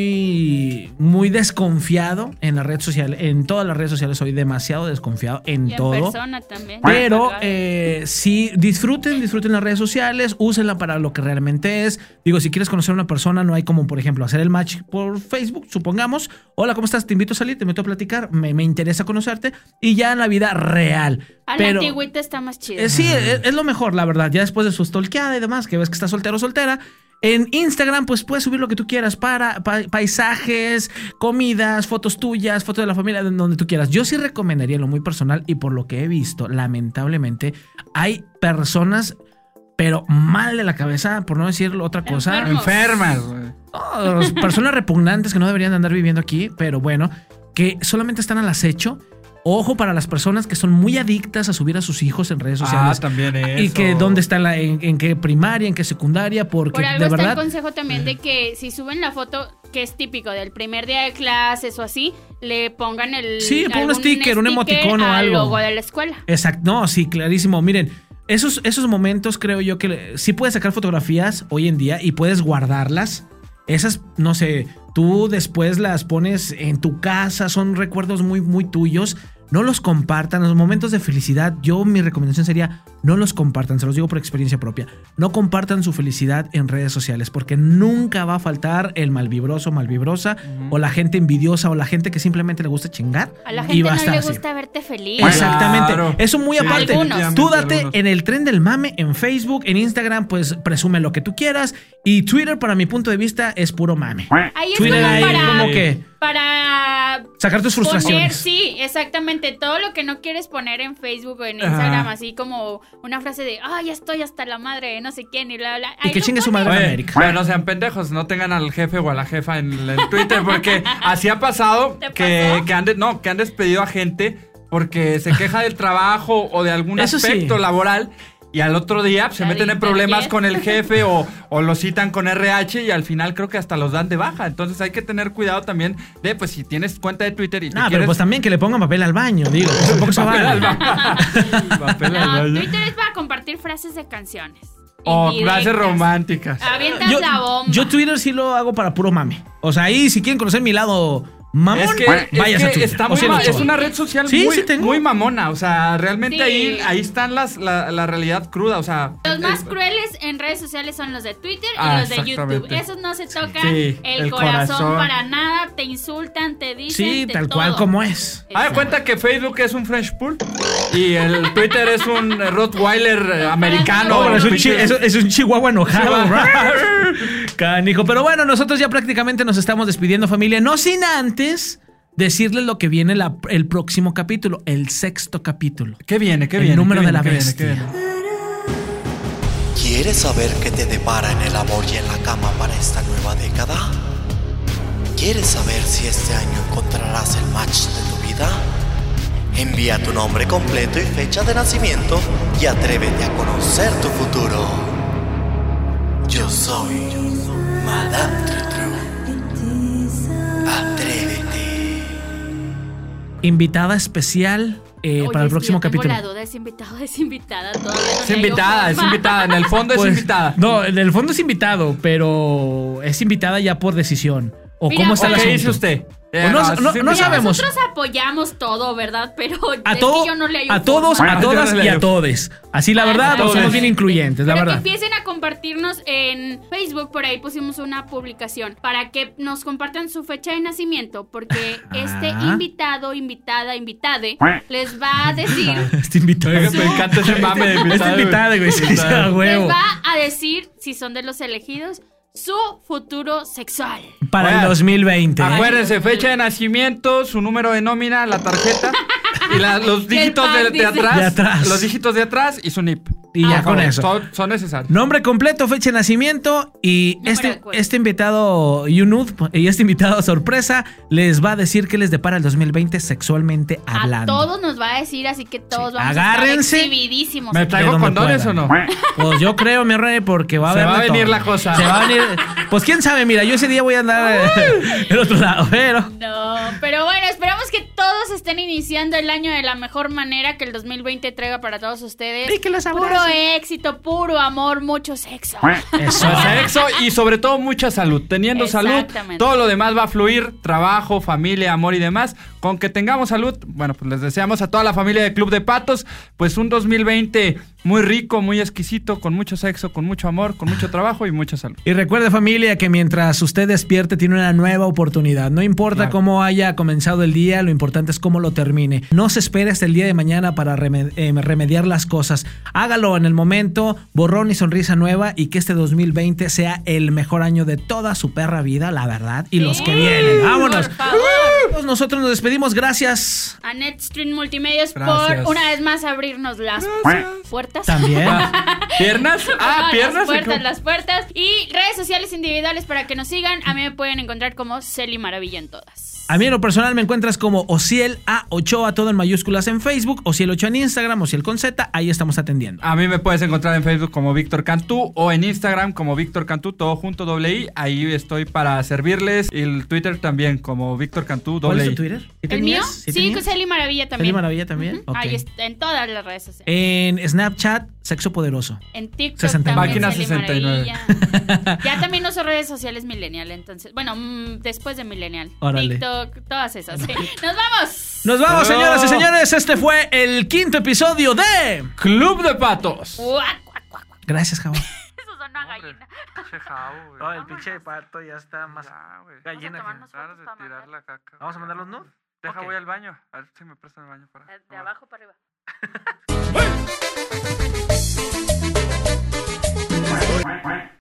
[SPEAKER 5] muy, muy desconfiado en la red social. En todas las redes sociales soy demasiado desconfiado en
[SPEAKER 7] Y en
[SPEAKER 5] todo.
[SPEAKER 7] persona también.
[SPEAKER 5] Pero
[SPEAKER 7] Descargar.
[SPEAKER 5] eh, sí, disfruten, disfruten las redes sociales, úsenla para lo que realmente es. Digo, si quieres conocer a una persona, no hay como, por ejemplo, hacer el match por Facebook, supongamos. Hola, ¿cómo estás? Te invito a salir, te invito a platicar, me, me interesa conocerte. Y ya en la vida real.
[SPEAKER 7] A la
[SPEAKER 5] Pero,
[SPEAKER 7] antigüita está más chida.
[SPEAKER 5] eh, sí, es, es lo mejor, la verdad. Ya después de su stalkeada y demás, que ves que está soltero o soltera. En Instagram, pues puedes subir lo que tú quieras para pa- paisajes, comidas, fotos tuyas, fotos de la familia, de donde tú quieras. Yo sí recomendaría en lo muy personal y por lo que he visto, lamentablemente, hay personas, pero mal de la cabeza, por no decir otra cosa.
[SPEAKER 7] Enfermos.
[SPEAKER 6] Enfermas, güey.
[SPEAKER 5] No, las personas repugnantes que no deberían de andar viviendo aquí, pero bueno, que solamente están al acecho. Ojo para las personas que son muy adictas a subir a sus hijos en redes sociales.
[SPEAKER 6] Ah, también
[SPEAKER 5] Y
[SPEAKER 6] eso.
[SPEAKER 5] que dónde está la, en, en qué primaria, en qué secundaria, porque
[SPEAKER 7] Por algo
[SPEAKER 5] de
[SPEAKER 7] está
[SPEAKER 5] verdad.
[SPEAKER 7] el consejo también de que si suben la foto, que es típico del primer día de clases o así, le pongan el.
[SPEAKER 5] Sí, pon un
[SPEAKER 7] algún
[SPEAKER 5] sticker, un emoticón o
[SPEAKER 7] al
[SPEAKER 5] algo.
[SPEAKER 7] logo de la escuela.
[SPEAKER 5] Exacto, no, sí, clarísimo. Miren, esos, esos momentos creo yo que le- sí puedes sacar fotografías hoy en día y puedes guardarlas. Esas, no sé, tú después las pones en tu casa, son recuerdos muy, muy tuyos. No los compartan, los momentos de felicidad. Yo mi recomendación sería, no los compartan, se los digo por experiencia propia, no compartan su felicidad en redes sociales porque nunca va a faltar el malvibroso, malvibrosa o la gente envidiosa o la gente que simplemente le gusta chingar
[SPEAKER 7] A la
[SPEAKER 5] y
[SPEAKER 7] gente
[SPEAKER 5] va a
[SPEAKER 7] no
[SPEAKER 5] estar
[SPEAKER 7] le
[SPEAKER 5] así.
[SPEAKER 7] gusta verte feliz.
[SPEAKER 5] Exactamente.
[SPEAKER 6] Pues Claro.
[SPEAKER 5] Eso muy
[SPEAKER 6] Sí,
[SPEAKER 5] aparte.
[SPEAKER 7] Algunos.
[SPEAKER 5] Tú date
[SPEAKER 6] Algunos.
[SPEAKER 5] en el tren del mame, en Facebook, en Instagram, pues presume lo que tú quieras. Y Twitter, para mi punto de vista, es puro mame.
[SPEAKER 7] Ahí es
[SPEAKER 5] Twitter
[SPEAKER 7] como
[SPEAKER 5] ahí
[SPEAKER 7] para,
[SPEAKER 5] como que
[SPEAKER 7] para
[SPEAKER 5] sacar tus
[SPEAKER 7] poner,
[SPEAKER 5] frustraciones.
[SPEAKER 7] sí, exactamente, todo lo que no quieres poner en Facebook o en Instagram, así como una frase de, ah, ya estoy hasta la madre, de no sé quién, y bla, bla.
[SPEAKER 5] Y
[SPEAKER 7] Ahí
[SPEAKER 5] que
[SPEAKER 7] lo
[SPEAKER 5] chingue su
[SPEAKER 7] pones.
[SPEAKER 5] madre en
[SPEAKER 6] Oye,
[SPEAKER 5] América.
[SPEAKER 6] pero no sean pendejos, no tengan al jefe o a la jefa en el Twitter, porque así ha pasado
[SPEAKER 7] ¿Te
[SPEAKER 6] que,
[SPEAKER 7] pasó?
[SPEAKER 6] que han de- no, que han despedido a gente porque se queja del trabajo o de algún
[SPEAKER 5] Eso sí.
[SPEAKER 6] aspecto laboral. Y al otro día pues, se
[SPEAKER 7] La
[SPEAKER 6] meten en
[SPEAKER 7] lista
[SPEAKER 6] problemas
[SPEAKER 7] 10.
[SPEAKER 6] con el jefe o, o lo citan con RH y al final creo que hasta los dan de baja. Entonces hay que tener cuidado también de, pues, si tienes cuenta de Twitter y te
[SPEAKER 5] No, pero
[SPEAKER 6] quieres-
[SPEAKER 5] pues también que le pongan papel al baño, digo. pues, Tampoco se
[SPEAKER 6] Papel al
[SPEAKER 5] vale.
[SPEAKER 6] baño. Papel al
[SPEAKER 7] No,
[SPEAKER 6] baño.
[SPEAKER 7] Twitter es para compartir frases de canciones.
[SPEAKER 6] O
[SPEAKER 7] Indirectas.
[SPEAKER 6] frases románticas.
[SPEAKER 7] Avientas
[SPEAKER 5] Oh, Yo,
[SPEAKER 7] la bomba.
[SPEAKER 5] yo Twitter sí lo hago para puro mame. O sea, ahí si quieren conocer mi lado mamón,
[SPEAKER 6] Es que,
[SPEAKER 5] váyase
[SPEAKER 6] es,
[SPEAKER 5] a
[SPEAKER 6] que
[SPEAKER 5] Twitter.
[SPEAKER 6] está
[SPEAKER 5] O
[SPEAKER 6] muy
[SPEAKER 5] sea,
[SPEAKER 6] ma-
[SPEAKER 5] lo
[SPEAKER 6] es
[SPEAKER 5] chavo.
[SPEAKER 6] una red social
[SPEAKER 5] Sí,
[SPEAKER 6] muy,
[SPEAKER 5] sí tengo.
[SPEAKER 6] muy mamona. O sea, realmente
[SPEAKER 7] Sí.
[SPEAKER 6] ahí, ahí están las, la, la realidad cruda. O sea,
[SPEAKER 7] Los más crueles en redes sociales son los de Twitter y
[SPEAKER 6] Ah,
[SPEAKER 7] los de YouTube.
[SPEAKER 6] exactamente.
[SPEAKER 7] Esos no se tocan
[SPEAKER 6] Sí,
[SPEAKER 7] el,
[SPEAKER 6] el
[SPEAKER 7] corazón,
[SPEAKER 6] corazón.
[SPEAKER 7] para nada, te insultan, te dicen.
[SPEAKER 5] Sí,
[SPEAKER 7] de
[SPEAKER 5] tal cual
[SPEAKER 7] todo.
[SPEAKER 5] como es.
[SPEAKER 6] haz de cuenta que Facebook es un French Pool y el Twitter es un Rottweiler eh, americano.
[SPEAKER 5] No, pero es un, chi-
[SPEAKER 6] Pinche-
[SPEAKER 5] es- es un chihuahua enojado.
[SPEAKER 6] Chihuahua.
[SPEAKER 5] Canijo. Pero bueno, nosotros ya prácticamente nos estamos despidiendo, familia. No sin antes decirles lo que viene la- el próximo capítulo, el sexto capítulo.
[SPEAKER 6] ¿Qué viene? ¿Qué
[SPEAKER 5] El
[SPEAKER 6] viene?
[SPEAKER 5] número
[SPEAKER 6] ¿Qué
[SPEAKER 5] de
[SPEAKER 6] viene?
[SPEAKER 5] la
[SPEAKER 6] ¿Qué viene? ¿Qué
[SPEAKER 5] bestia.
[SPEAKER 6] viene?
[SPEAKER 9] ¿Quieres saber qué te depara en el amor y en la cama para esta nueva década? ¿Quieres saber si este año encontrarás el match de tu vida? Envía tu nombre completo y fecha de nacimiento y atrévete a conocer tu futuro. Yo soy Madame Trutru. Atrévete.
[SPEAKER 5] Invitada especial eh,
[SPEAKER 7] Oye,
[SPEAKER 5] para el
[SPEAKER 7] es que
[SPEAKER 5] próximo
[SPEAKER 7] yo tengo
[SPEAKER 5] capítulo.
[SPEAKER 7] la duda, es invitado, es invitada todavía. no
[SPEAKER 6] Es
[SPEAKER 7] le digo
[SPEAKER 6] invitada, es
[SPEAKER 7] forma.
[SPEAKER 6] invitada. En el fondo
[SPEAKER 5] Pues,
[SPEAKER 6] es invitada.
[SPEAKER 5] No, en el fondo es invitado, pero es invitada ya por decisión. ¿O
[SPEAKER 7] Mira,
[SPEAKER 5] cómo
[SPEAKER 6] ¿O
[SPEAKER 5] está el
[SPEAKER 6] ¿Qué
[SPEAKER 5] asunto?
[SPEAKER 6] dice usted? Eh,
[SPEAKER 5] O no-
[SPEAKER 6] es
[SPEAKER 5] no- no
[SPEAKER 6] invitada.
[SPEAKER 5] sabemos.
[SPEAKER 7] Nosotros apoyamos todo, ¿verdad? Pero
[SPEAKER 5] A,
[SPEAKER 7] es
[SPEAKER 5] todo-
[SPEAKER 7] que yo no le Ah, ayudo.
[SPEAKER 5] a todos, a
[SPEAKER 6] Ah, Yo no
[SPEAKER 5] todas
[SPEAKER 6] le
[SPEAKER 5] y a
[SPEAKER 6] ayudo.
[SPEAKER 5] todes. Así la verdad,
[SPEAKER 7] Exactamente.
[SPEAKER 5] somos bien incluyentes, la
[SPEAKER 7] pues, eh, Pero
[SPEAKER 5] verdad.
[SPEAKER 7] Que empiecen a compartirnos en Facebook, por ahí pusimos una publicación para que nos compartan su fecha de nacimiento, porque este
[SPEAKER 5] Ah.
[SPEAKER 7] invitado, invitada, invitade les va a decir,
[SPEAKER 5] Este invitado.
[SPEAKER 6] Oiga, me encanta ese mame de
[SPEAKER 5] Este
[SPEAKER 6] invitada, güey.
[SPEAKER 5] invitado, güey. sí,
[SPEAKER 6] Invitada.
[SPEAKER 5] a
[SPEAKER 7] les
[SPEAKER 5] huevo.
[SPEAKER 7] va a decir si son de los elegidos su futuro sexual.
[SPEAKER 5] Para el
[SPEAKER 6] Oiga,
[SPEAKER 5] 2020.
[SPEAKER 6] Acuérdense, fecha de nacimiento, su número de nómina, la tarjeta y la- los dígitos
[SPEAKER 7] pan,
[SPEAKER 6] de, de
[SPEAKER 7] dice.
[SPEAKER 6] atrás,
[SPEAKER 5] De atrás.
[SPEAKER 6] Los dígitos de atrás y su NIP.
[SPEAKER 5] Y
[SPEAKER 6] Por
[SPEAKER 5] ya con
[SPEAKER 6] favor, Ah,
[SPEAKER 5] eso.
[SPEAKER 6] Son, son necesarios.
[SPEAKER 5] Nombre completo, fecha de nacimiento y
[SPEAKER 7] Número de
[SPEAKER 5] este,
[SPEAKER 7] cuenta.
[SPEAKER 5] este invitado Yunud y este invitado sorpresa les va a decir que les depara el 2020 sexualmente
[SPEAKER 7] A
[SPEAKER 5] hablando.
[SPEAKER 7] todos nos va a decir, así que todos
[SPEAKER 5] Sí,
[SPEAKER 7] vamos
[SPEAKER 5] agárrense.
[SPEAKER 7] a estar exhibidísimos.
[SPEAKER 6] ¿Me
[SPEAKER 5] tra-
[SPEAKER 6] traigo
[SPEAKER 5] donde
[SPEAKER 6] condones o
[SPEAKER 5] puedan.
[SPEAKER 6] no?
[SPEAKER 5] Pues yo creo, mi rey, porque va a
[SPEAKER 6] Se
[SPEAKER 5] haber
[SPEAKER 6] va
[SPEAKER 5] de
[SPEAKER 6] a venir
[SPEAKER 5] todo.
[SPEAKER 6] la cosa.
[SPEAKER 5] Se va a venir. Pues quién sabe, mira, yo ese día voy a andar eh, del otro lado, pero.
[SPEAKER 7] No, pero bueno, esperamos que todos estén iniciando el año de la mejor manera que el 2020 traiga para todos ustedes.
[SPEAKER 5] Y que los
[SPEAKER 7] Puro éxito, puro amor, mucho sexo.
[SPEAKER 5] Eso.
[SPEAKER 6] Pues Sexo y sobre todo mucha salud. Teniendo salud,
[SPEAKER 7] Exactamente.
[SPEAKER 6] todo lo demás va a fluir, trabajo, familia, amor y demás. Con que tengamos salud, bueno, pues les deseamos a toda la familia de Club de Patos, pues un 2020 muy rico, muy exquisito, con mucho sexo, con mucho amor, con mucho trabajo y mucha salud.
[SPEAKER 5] Y recuerde familia que mientras usted despierte tiene una nueva oportunidad. No importa
[SPEAKER 6] Claro.
[SPEAKER 5] cómo haya comenzado el día, lo importante es cómo lo termine. No se espere hasta el día de mañana para reme- eh, remediar las cosas. Hágalo en el momento, borrón y sonrisa nueva y que este 2020 sea el mejor año de toda su perra vida, la verdad, y los que
[SPEAKER 7] Sí,
[SPEAKER 5] vienen.
[SPEAKER 7] por
[SPEAKER 5] Vámonos.
[SPEAKER 7] favor.
[SPEAKER 5] Pues Nosotros nos despedimos. Gracias.
[SPEAKER 7] A NetStream Multimedios
[SPEAKER 6] Gracias.
[SPEAKER 7] por una vez más abrirnos las puertas.
[SPEAKER 5] También.
[SPEAKER 6] ¿Piernas? Ah,
[SPEAKER 7] No,
[SPEAKER 6] piernas.
[SPEAKER 7] Las puertas, las puertas. Y redes sociales individuales para que nos sigan. A mí me pueden encontrar como Celi Maravilla en todas.
[SPEAKER 5] A mí en lo personal me encuentras como Ociel A Ochoa, todo en mayúsculas en Facebook, Ociel 8 en Instagram, Ociel con Z, ahí estamos atendiendo.
[SPEAKER 6] A mí me puedes encontrar en Facebook como Víctor Cantú o en Instagram como Víctor Cantú, todo junto, doble I. Ahí estoy para servirles. Y el Twitter también como Víctor Cantú,
[SPEAKER 5] ¿Cuál
[SPEAKER 6] doble
[SPEAKER 5] es tu
[SPEAKER 6] I.
[SPEAKER 5] Twitter? ¿Sí
[SPEAKER 7] ¿El mío?
[SPEAKER 5] tenías?
[SPEAKER 7] Sí,
[SPEAKER 5] tenías?
[SPEAKER 7] con Celi Maravilla también.
[SPEAKER 5] Maravilla también,
[SPEAKER 7] Ujú.
[SPEAKER 5] ok.
[SPEAKER 7] Ahí está, en todas las redes sociales.
[SPEAKER 5] En Snapchat, Sexo Poderoso.
[SPEAKER 7] En TikTok
[SPEAKER 5] 69.
[SPEAKER 7] también
[SPEAKER 6] Máquina
[SPEAKER 7] sale
[SPEAKER 6] 69.
[SPEAKER 7] maravilla. ya también uso redes sociales millennial, entonces. Bueno, mm, después de millennial.
[SPEAKER 5] Órale.
[SPEAKER 7] TikTok, todas esas. Nos vamos.
[SPEAKER 5] Nos vamos, señoras y señores. Este fue el quinto episodio de.
[SPEAKER 10] Club de Patos.
[SPEAKER 7] Guac, guac, guac, guac.
[SPEAKER 5] Gracias, Javo.
[SPEAKER 7] Eso sonó a gallina.
[SPEAKER 6] Pinche jabo,
[SPEAKER 1] No,
[SPEAKER 6] Ah, güey.
[SPEAKER 1] el pinche pato ya está más.
[SPEAKER 6] Ya, güey.
[SPEAKER 1] gallina
[SPEAKER 7] Vamos a tomarnos
[SPEAKER 6] Ganas
[SPEAKER 7] fotos
[SPEAKER 6] de
[SPEAKER 7] para
[SPEAKER 6] tirar
[SPEAKER 7] mandar.
[SPEAKER 6] la caca.
[SPEAKER 1] Vamos a mandar los nudes.
[SPEAKER 6] Deja,
[SPEAKER 1] Ok.
[SPEAKER 6] voy al baño. A ver si me prestan el baño para.
[SPEAKER 7] De abajo para arriba.